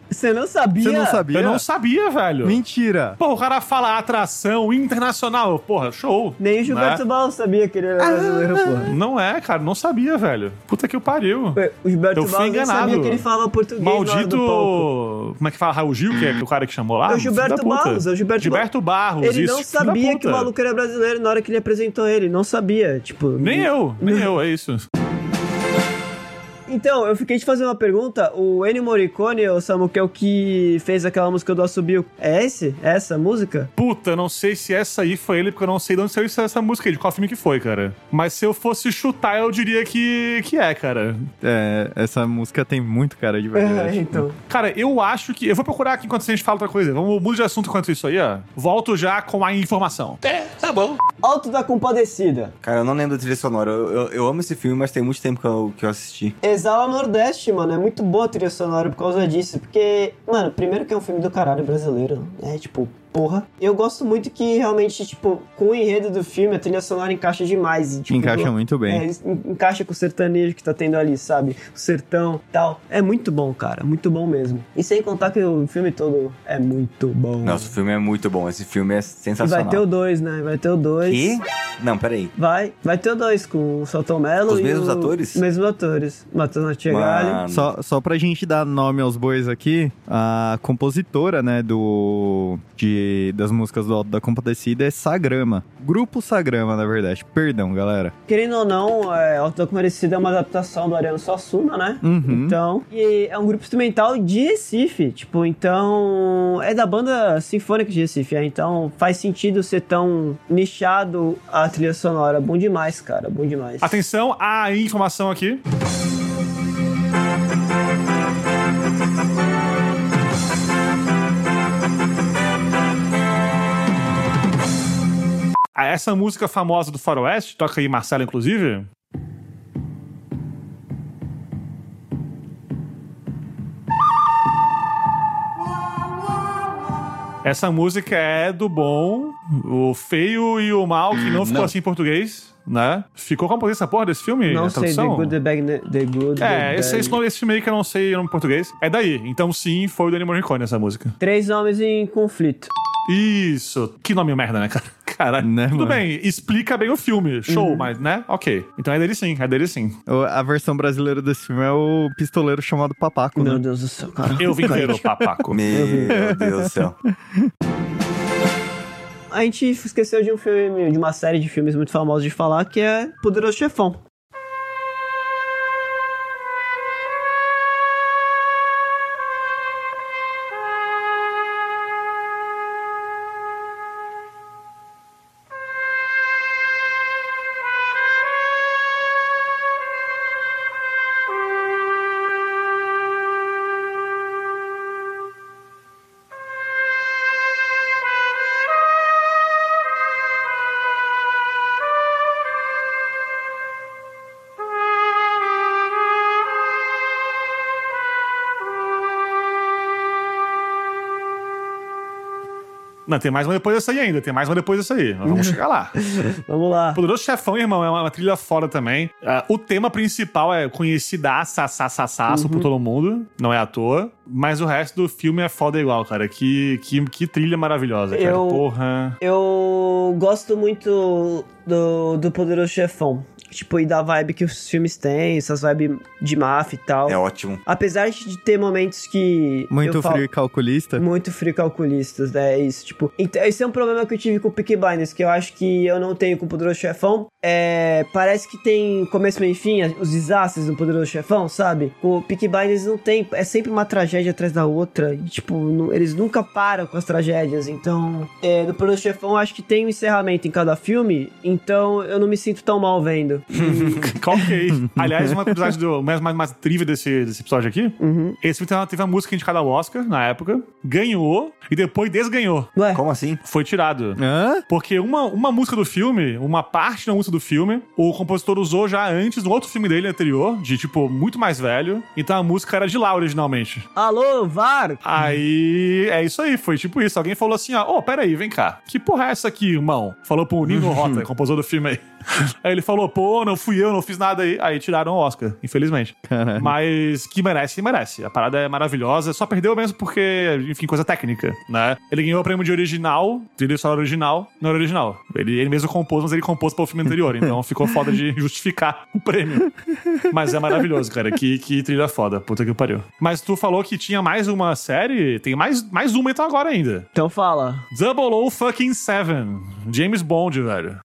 Você não sabia? Você não sabia? Eu não sabia, velho. Mentira. Pô, o cara fala atração internacional. Porra, show. Nem o né? Gilberto Barros sabia que ele era brasileiro, porra. Não é, cara, não sabia, velho. Puta que o pariu. O Gilberto Eu fui Barros nem sabia enganado. que ele falava português na hora do palco. Maldito. Como é que fala? Raul Gil, que é o cara que chamou lá? É o Filho Gilberto da puta. Barros, é o Gilberto Barros. Ele isso, não filho da sabia puta. que o maluco era brasileiro na hora que ele apresentou ele. Não sabia, tipo... Nem eu, nem eu, é isso. Então, eu fiquei te fazer uma pergunta. O Ennio Morricone, o Samu, que é o que fez aquela música do Assobio, é esse? É essa música? Puta, eu não sei se essa aí foi ele, porque eu não sei de onde saiu essa essa música aí, de qual filme que foi, cara. Mas se eu fosse chutar, eu diria que, que é, cara. É, essa música tem muito cara de É, verdade. então. Cara, eu acho que. Eu vou procurar aqui enquanto a gente fala outra coisa. Vamos mudar de assunto enquanto isso aí, ó. Volto já com a informação. Alto da Compadecida. Cara, eu não lembro da trilha sonora. Eu, eu- eu amo esse filme, mas tem muito tempo que eu, que eu assisti. Exala Nordeste, mano. É muito boa a trilha sonora por causa disso. Porque, mano, primeiro que é um filme do caralho brasileiro. É, tipo, porra. Eu gosto muito que realmente, tipo, com o enredo do filme, a trilha sonora encaixa demais. E, tipo, Encaixa eu- muito bem. É, eles en- encaixa com o sertanejo que tá tendo ali, sabe? O sertão tal. É muito bom, cara. Muito bom mesmo. E sem contar que o filme todo é muito bom. Nossa, o filme é muito bom. Esse filme é e sensacional. vai ter o 2, né? Vai ter o 2. E? Não, peraí. Vai, vai ter o 2 com o Salton Mello. Com os e mesmos o- atores? Mesmos atores. Matheus Natchegali. Mano. Só, só pra gente dar nome aos bois aqui, a compositora, né, do, de, das músicas do Alto da Compadecida é Sagrama. Grupo Sagrama, na verdade. Perdão, galera. Querendo ou não, é, Alto da Comparecida é uma adaptação do Ariano Suassuna, né? Uhum. Então, e é um grupo instrumental de Recife, tipo, então é da banda sinfônica de Recife, é, então faz sentido ser tão nichado a trilha sonora, bom demais, cara, bom demais. Atenção, a informação aqui. Ah, Essa música famosa do Faroeste, toca aí Marcelo, inclusive. Essa música é do bom, o feio e o mal, que não ficou assim em português, né? Ficou como essa porra desse filme? Não a sei, The tradução? Good, The Bad, ne- The Good, É, the esse, esse, bad. esse filme aí que eu não sei o nome em português. É daí. Então, sim, foi o Danny Morricone essa música. Três Homens em Conflito. Isso. Que nome merda, né, cara? Caralho. Né, Tudo mano? Uhum. bem, explica bem o filme. Show, mas, né? Ok. Então é dele sim, é dele sim. O- A versão brasileira desse filme é o pistoleiro chamado Papaco, Meu né? Deus do céu, cara. Eu vim ver o papaco. Meu Deus do céu. A gente esqueceu de um filme, de uma série de filmes muito famosos de falar, que é Poderoso Chefão. Não, tem mais uma depois dessa aí ainda. Tem mais uma depois dessa aí. Nós vamos chegar lá. Vamos lá. Poderoso Chefão, irmão, é uma trilha foda também. Ah, o tema principal é conhecidaça, sa, sa, sa, Uhum. por todo mundo. Não é à toa. Mas o resto do filme é foda igual, cara. Que, que, que trilha maravilhosa, cara. Eu- Porra. Eu gosto muito do, do Poderoso Chefão. Tipo, e da vibe que os filmes têm, essas vibes de máfia e tal. É ótimo. Apesar de ter momentos que. Muito eu falo- frio e calculista. Muito frio calculistas, né? É isso, tipo. Então, esse é um problema que eu tive com o Peaky Blinders, que eu acho que eu não tenho com o Poderoso Chefão. É, parece que tem começo, meio e fim, os desastres do Poderoso Chefão, sabe? O Peaky Blinders não tem, é sempre uma tragédia atrás da outra. E, tipo, nu- eles nunca param com as tragédias. Então, é, no Poderoso Chefão, eu acho que tem um encerramento em cada filme, então eu não me sinto tão mal vendo. Qual que é isso? Aliás, uma curiosidade do. Mais, mais, mais trivia desse, desse episódio aqui. Uhum. Esse filme teve- teve a música indicada ao Oscar na época. Ganhou e depois desganhou. Ué, Como assim? Foi tirado. Hã? Porque uma, uma música do filme, uma parte da música do filme, o compositor usou já antes no outro filme dele anterior, de tipo, muito mais velho. Então a música era de lá originalmente. alô, VAR! Aí é isso aí, foi tipo isso. Alguém falou assim: ó, ô, peraí, vem cá. Que porra é essa aqui, irmão? Falou pro Nino Rota, compositor do filme aí. Aí ele falou: pô, não fui eu, não fiz nada aí. Aí tiraram o Oscar, infelizmente. Caralho. Mas que merece, merece. A parada é maravilhosa. Só perdeu mesmo porque, enfim, coisa técnica, né? Ele ganhou o prêmio de original, trilha sonora original, não era original. Ele, ele mesmo compôs, mas ele compôs para o filme anterior. Então ficou foda de justificar o prêmio. Mas é maravilhoso, cara. Que, que trilha foda. Puta que pariu. Mas tu falou que tinha mais uma série. Tem mais, mais uma então agora ainda. Então fala. Double O Fucking Seven. James Bond, velho.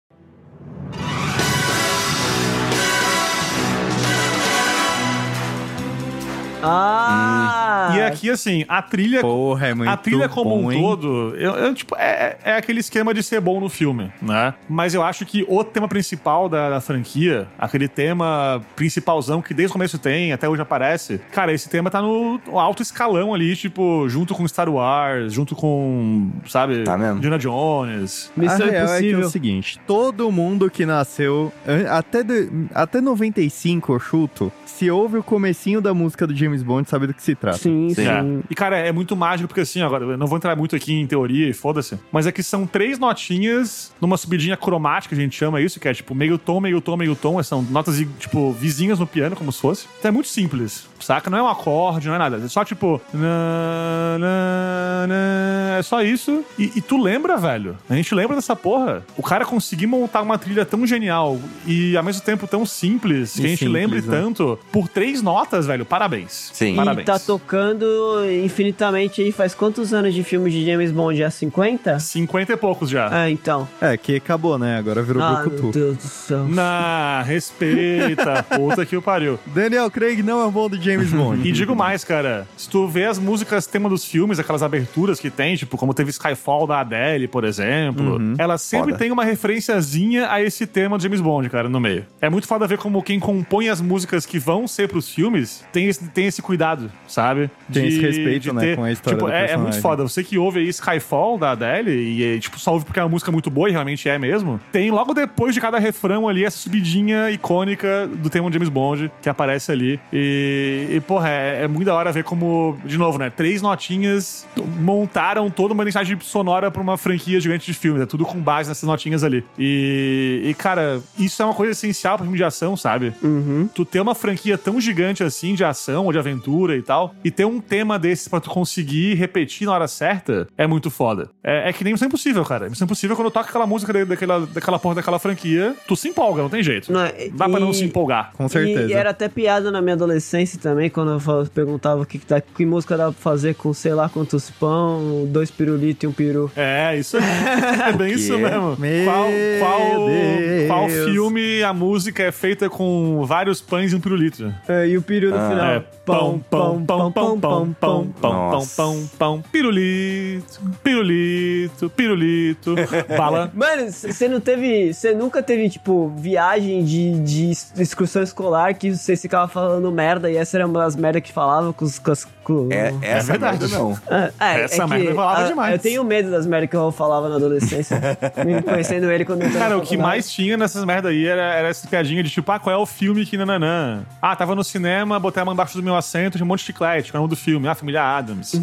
Ah! E aqui, assim, a trilha Porra, é muito a trilha como bom, um hein? todo, eu, eu, tipo, é, é aquele esquema de ser bom no filme, né? Mas eu acho que o tema principal da, da franquia, aquele tema principalzão que desde o começo tem, até hoje aparece, cara, esse tema tá no alto escalão ali, tipo, junto com Star Wars, junto com, sabe, Tá mesmo. Indiana Jones. Missão a real é que é Impossível. o seguinte, todo mundo que nasceu an- até, de- até 95, eu chuto, se ouve o comecinho da música do James Bond, sabe do que se trata. Sim, se Sim. É. E, cara, é muito mágico, porque assim, agora, eu não vou entrar muito aqui em teoria e foda-se, mas é que são três notinhas numa subidinha cromática, a gente chama isso, que é tipo meio tom, meio tom, meio tom, são notas, tipo, vizinhas no piano, como se fosse. Então é muito simples, saca? Não é um acorde, não é nada, é só tipo. na, na, na, é só isso. E, e tu lembra, velho? A gente lembra dessa porra. O cara conseguir montar uma trilha tão genial e ao mesmo tempo tão simples, que E a gente simples, lembre né? tanto, por três notas, velho, parabéns. Sim. Parabéns. E tá tocando infinitamente aí. Faz quantos anos de filme de James Bond? Já 50? 50 e poucos já. Ah, então. É, que acabou, né? Agora virou Ah, meu Brucutu. Deus do céu. Na, respeita, puta que o pariu. Daniel Craig não é um bom do James Bond. E digo mais, cara, se tu vê as músicas tema dos filmes, aquelas aberturas que tem, tipo, como teve Skyfall da Adele, por exemplo, ela sempre Foda. tem uma referenciazinha a esse tema do James Bond, cara, no meio. É muito foda ver como quem compõe as músicas que vão ser pros filmes tem esse, tem esse cuidado, sabe? Tem esse respeito, né, com a história tipo, do é, é personagem. muito foda. Você que ouve aí Skyfall da Adele, e é, tipo, só ouve porque é uma música muito boa e realmente é mesmo, tem logo depois de cada refrão ali essa subidinha icônica do tema do James Bond que aparece ali. E, e, porra, é, é muito da hora ver como, de novo, né? Três notinhas montaram toda uma mensagem sonora pra uma franquia gigante de filmes. É tudo com base nessas notinhas ali. E, e, cara, isso é uma coisa essencial pra filme de ação, sabe? tu ter uma franquia tão gigante assim de ação ou de aventura e tal, e ter um tema desses pra tu conseguir repetir na hora certa, é muito foda. É, é que nem Missão Impossível, cara. Missão Impossível, quando toca aquela música da- daquela, daquela porra daquela franquia, tu se empolga, não tem jeito. é Não, Dá pra não e- se empolgar. Com certeza. E era até piada na minha adolescência também, quando eu fal- perguntava o que, que, tá, que música dava pra fazer com sei lá quantos pão, dois pirulitos e um peru. É, isso aí. É bem isso mesmo. Meu qual, qual, Deus. qual filme a música é feita com vários pães e um pirulito? É, e o peru no final. É pão, pão, pão, pão, pão, pão, pão, pão, Nossa. pão, pão, pirulito, pirulito, pirulito, bala. Mano, c- você não teve. Você nunca teve, tipo, viagem de, de es- excursão escolar que vocês ficavam falando merda e essa era uma das merdas que falavam com os. Com as- com- É, essa verdade. merda não. Ah, é, Essa é que merda eu falava a- demais. Eu tenho medo das merdas que eu falava na adolescência. me conhecendo ele quando eu tava Cara, na o que faculdade. mais tinha nessas merda aí era, era essa piadinha de tipo, ah, qual é o filme que nananã? Ah, tava no cinema, botei a mão embaixo do meu assento, tinha um monte de chiclete, qual é o nome do filme? Ah, Família Adams.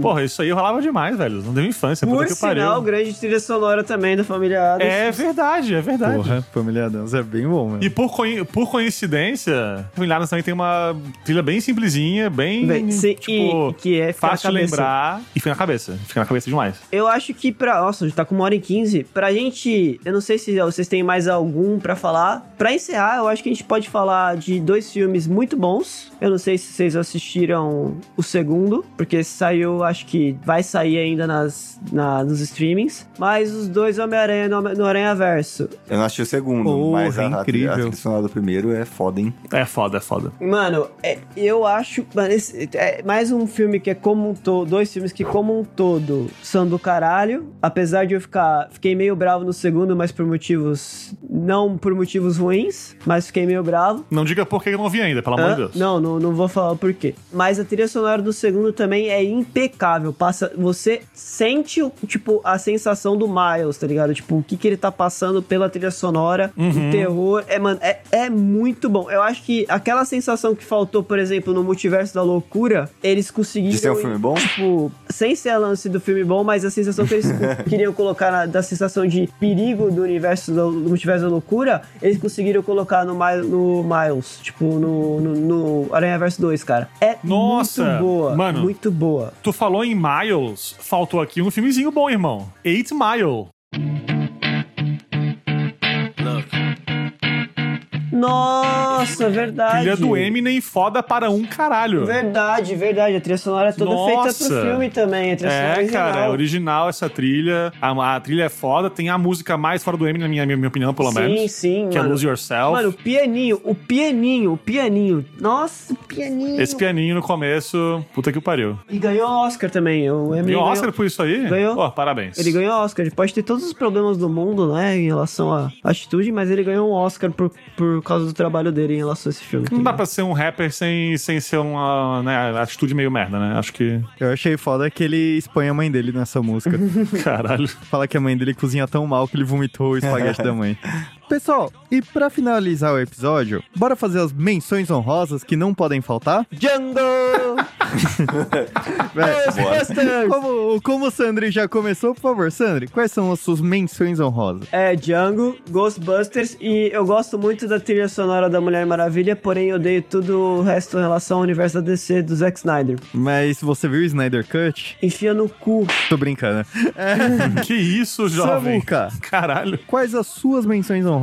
Porra, isso aí rolava demais, velho. Não deu infância, Por puta que sinal, pariu. grande trilha sonora também da família Adams. É verdade, é verdade. Porra, Família Adams é bem bom, mano. E por, coi- por coincidência, o Milhares também tem uma trilha bem simplesinha, bem. Bem, sim, tipo, e- que é ficar na fácil de cabeça. lembrar e fica na cabeça. Fica na cabeça demais. Eu acho que pra. Nossa, já tá com uma hora e quinze. Pra gente. Eu não sei se vocês têm mais algum pra falar. Pra encerrar, eu acho que a gente pode falar de dois filmes muito bons. Eu não sei se vocês assistiram o segundo, porque saiu, acho que vai sair ainda nas, na- nos streamings. Mas os dois Homem-Aranha no, no Aranha Verso. Eu não achei o segundo, Porra, mas a, a, a incrível. trilha sonora do primeiro é foda, hein? É foda, é foda. Mano, é, eu acho. mano, esse- é mais um filme que é como um todo. Dois filmes que, como um todo, são do caralho. Apesar de eu ficar. Fiquei meio bravo no segundo, mas por motivos. Não por motivos ruins, mas fiquei meio bravo. Não diga por que eu não vi ainda, pelo amor Hã? de Deus. Não, não, não vou falar o porquê. Mas a trilha sonora do segundo também é impecável. Passa, você sente o- tipo a sensação do Miles, tá ligado? Tipo o que, que ele tá passando pela trilha sonora, Uhum. o terror. É, mano, é, é muito bom. Eu acho que aquela sensação que faltou, por exemplo, no Multiverso da Loucura, eles conseguiram De ser um filme bom? tipo, sem ser a lance do filme bom, mas a sensação que eles queriam colocar na- da sensação de perigo do universo do, do multiverso da loucura, eles conseguiram colocar no, Mi- no Miles, tipo, no, no, no Aranha Verso 2, cara. É Nossa, muito boa, mano. muito boa. Tu falou em Miles, faltou aqui um filmezinho bom, irmão. Eight Mile. Nossa, verdade. Trilha do Eminem foda para um caralho. é Verdade, verdade. A trilha sonora é toda Nossa. feita pro filme também. A trilha sonora É, original. cara, é original essa trilha. A, a trilha é foda, tem a música mais fora do Eminem, na minha, minha, minha opinião, pelo Sim, menos. sim, Que é mano. Lose Yourself. Mano, o pianinho, o pianinho, o pianinho. Nossa, o pianinho. Esse pianinho no começo, puta que o pariu. E ganhou Oscar também. O Eminem E o ganhou- Oscar por isso aí? Ganhou. Ó, parabéns. Ele ganhou o Oscar. Ele pode ter todos os problemas do mundo, né, em relação à atitude, mas ele ganhou um Oscar por, por causa do trabalho dele em relação a esse filme. Não dá pra ser um rapper sem, sem ser uma né, atitude meio merda, né? Acho que. Eu achei foda que ele expõe a mãe dele nessa música. Caralho. Fala que a mãe dele cozinha tão mal que ele vomitou o espaguete da mãe. Pessoal, e pra finalizar o episódio, bora fazer as menções honrosas que não podem faltar? Django! Véi, Ghostbusters! como, como o Sandri já começou, por favor, Sandri, quais são as suas menções honrosas? É, Django, Ghostbusters, e eu gosto muito da trilha sonora da Mulher Maravilha, porém odeio tudo o resto em relação ao universo da DC do Zack Snyder. Mas você viu o Snyder Cut? Enfia no cu. Tô brincando. Que isso, jovem? Samuca, Caralho. quais as suas menções honrosas?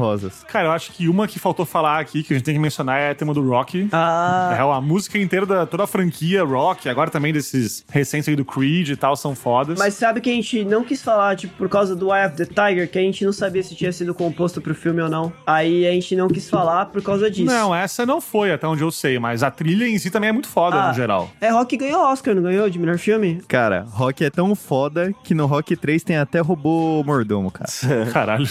Cara, eu acho que uma que faltou falar aqui, que a gente tem que mencionar, é a tema do rock. Ah, É, a música inteira da toda a franquia rock, agora também desses recentes aí do Creed e tal, são fodas. mas sabe que a gente não quis falar, tipo, por causa do Eye of the Tiger, que a gente não sabia se tinha sido composto pro filme ou não. Aí a gente não quis falar por causa disso. Não, essa não foi, até onde eu sei, mas a trilha em si também é muito foda, Ah. no geral. É Rock ganhou Oscar, não ganhou? De melhor filme? Cara, Rock é tão foda que no Rock 3 tem até robô mordomo, cara. É. Caralho.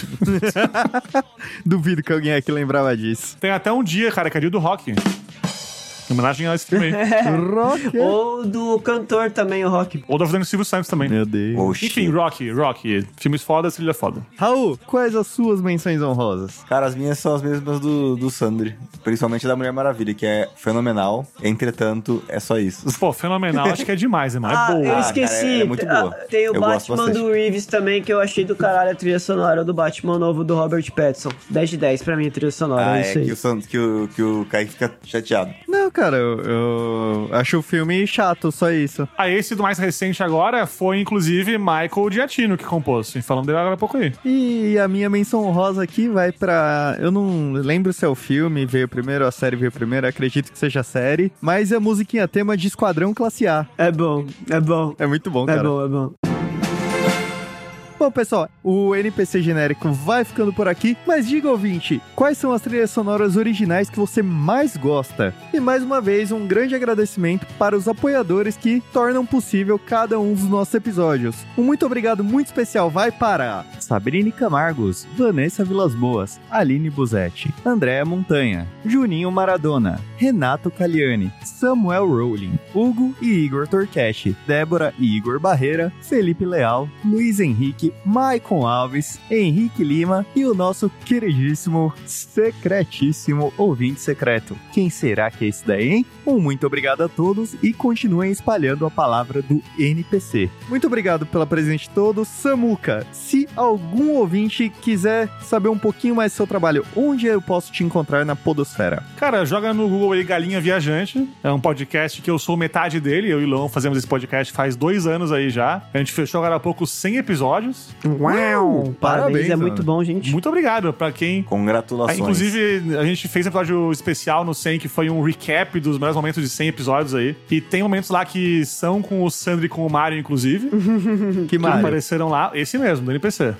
Duvido que alguém aqui lembrava disso. Tem até um dia, cara, que é dia do rock. Em homenagem a esse filme aí. Rock? é- Ou do cantor também, o Rock. Ou da vida do Silvio Santos também. Meu Deus. Oh, Enfim, shit. Rock, Rock. Filmes foda, trilha foda. Raul, quais as suas menções honrosas? Cara, as minhas são as mesmas do, do Sandri. Principalmente da Mulher Maravilha, que é fenomenal. Entretanto, é só isso. Pô, fenomenal, acho que é demais, irmão. Ah, é boa. eu cara, esqueci. é muito boa. Ah, Tem o Eu gosto Batman bastante. do Reeves também, que eu achei do caralho a trilha sonora do Batman novo do Robert Pattinson. 10 de 10 pra mim a trilha sonora, Ah, é é isso aí. que o, Sand- que, o, que o Kaique fica chateado. Não, cara, eu, eu acho o filme chato, só isso. Ah, esse do mais recente agora foi, inclusive, Michael Giacchino que compôs. E Falamos dele agora há pouco aí. E a minha menção honrosa aqui vai pra. Eu não lembro se é o filme, veio primeiro, a série veio primeiro, acredito que seja a série. Mas é a musiquinha tema de Esquadrão Classe A. É bom, é bom. É muito bom, É cara. bom, é bom. Bom, pessoal, o NPC genérico vai ficando por aqui, mas diga ouvinte, quais são as trilhas sonoras originais que você mais gosta? E mais uma vez, um grande agradecimento para os apoiadores que tornam possível cada um dos nossos episódios. Um muito obrigado muito especial vai para Sabrine Camargos, Vanessa Vilas Boas, Aline Buzetti, Andréa Montanha, Juninho Maradona, Renato Caliani, Samuel Rowling, Hugo e Igor Torquete, Débora e Igor Barreira, Felipe Leal, Luiz Henrique, Maicon Alves, Henrique Lima e o nosso queridíssimo, secretíssimo ouvinte secreto. Quem será que é esse daí, hein? Um muito obrigado a todos e continuem espalhando a palavra do NPC. Muito obrigado pela presença de todos. Samuca, se algum ouvinte quiser saber um pouquinho mais do seu trabalho, onde eu posso te encontrar na Podosfera? Cara, joga no Google aí Galinha Viajante. É um podcast que eu sou metade dele. Eu e o Lão fazemos esse podcast faz dois anos aí já. A gente fechou agora há pouco 100 episódios. Uau! Parabéns, Parabéns, é Ana. muito bom, gente. Muito obrigado pra quem Ah, Congratulações. inclusive, a gente fez um episódio especial no 100, que foi um recap dos melhores momentos de 100 episódios aí. E tem momentos lá que são com o Sandro e com o Mario, inclusive. que Que maravilha. apareceram lá. Esse mesmo, do NPC.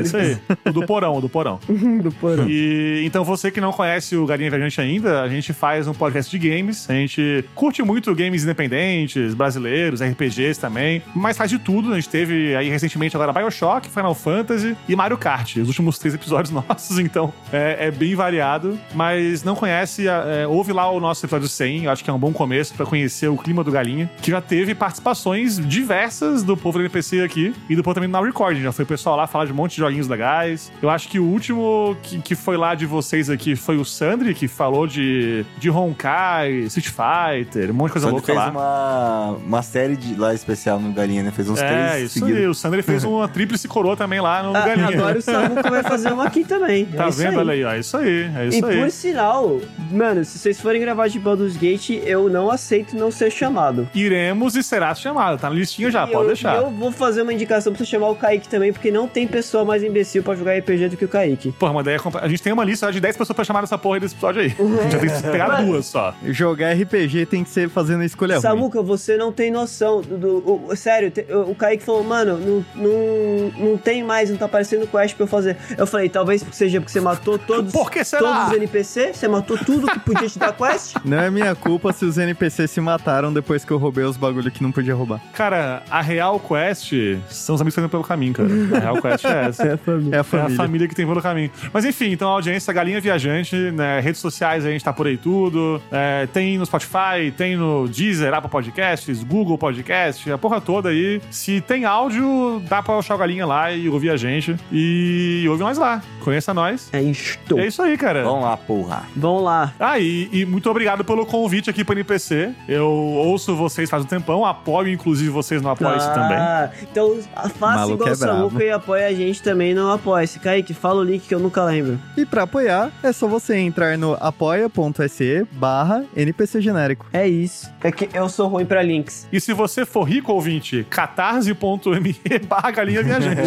Esse aí. O do porão, o do porão. Hum, Do porão. E então você que não conhece o Galinha Viajante ainda, a gente faz um podcast de games. A gente curte muito games independentes, brasileiros, RPGs também, mas faz de tudo. A gente teve aí recentemente agora BioShock, Final Fantasy e Mario Kart, os últimos três episódios nossos, então é, é bem variado. Mas não conhece, é, ouve lá o nosso episódio 100, eu acho que é um bom começo pra conhecer o clima do Galinha, que já teve participações diversas do povo do NPC aqui e do povo também do Now Recording. Já foi o pessoal lá falar de um monte de joguinhos legais. Eu acho que o último que, que foi lá de vocês aqui foi o Sandri, que falou de, de Honkai, Street Fighter, um monte de coisa Sandri louca fez lá. uma, uma série de, lá especial no Galinha, né? Fez uns É, três isso aí. seguidos. O Sandri fez uma tríplice coroa também lá no Ah, Galinha. agora o Samuca vai fazer uma aqui também. Tá é isso vendo? aí. Olha aí, ó. É isso aí. É E isso aí. por sinal, mano, se vocês forem gravar de Baldur's Gate, eu não aceito não ser chamado. Iremos e será chamado. Tá na listinha já, E pode eu, deixar. e Eu vou fazer uma indicação pra você chamar o Kaique também, porque não tem pessoa mais imbecil pra jogar RPG do que o Kaique. Porra, mas daí é compl- a gente tem uma lista de 10 pessoas pra chamar nessa porra desse episódio aí. A gente já tem que pegar duas só. Jogar RPG tem que ser fazendo a é escolha ruim. Samuca, você não tem noção. Do, do- o- sério, te- o, o Kaique falou, mano, não, não, não tem mais, não tá aparecendo quest pra eu fazer. Eu falei, talvez seja porque você matou todos, Por que será? todos os NPC, você matou tudo que podia te dar quest. Não é minha culpa se os NPCs se mataram depois que eu roubei os bagulho que não podia roubar. Cara, a Real Quest são os amigos que fazendo pelo caminho, cara. A Real Pet é essa. É a família. É a É a família. família que tem pelo caminho. Mas enfim, então a audiência, Galinha Viajante, né, redes sociais a gente tá por aí tudo. É, tem no Spotify, tem no Deezer, Apple Podcasts, Google Podcast, a porra toda aí. Se tem áudio, dá pra achar o Galinha lá e ouvir a gente. E ouve nós lá. Conheça nós. É isto. É isso aí, cara. Vamos lá, porra. Vamos lá. Ah, e, e muito obrigado pelo convite aqui para NPC. Eu ouço vocês faz um tempão, apoio inclusive vocês no Apoia-se também. Ah, Então faça Maluco igual é o Samuca bravo. e apoia a gente também no Apoia-se. Kaique, fala o link que eu nunca lembro. E pra apoiar, é só você entrar no apoia.se barra NPC genérico. É isso. É que eu sou ruim pra links. E se você for rico ouvinte, catarse.me barra galinha viajante.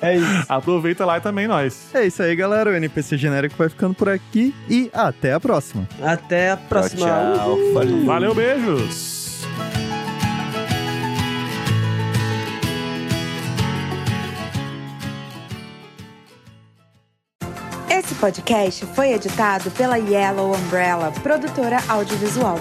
É isso. Aproveita lá também nós. É isso aí, galera. O NPC genérico vai ficando por aqui e até a próxima. Até a próxima. Tchau, tchau. Falou. Valeu, beijos! Esse podcast foi editado pela Yellow Umbrella, produtora audiovisual.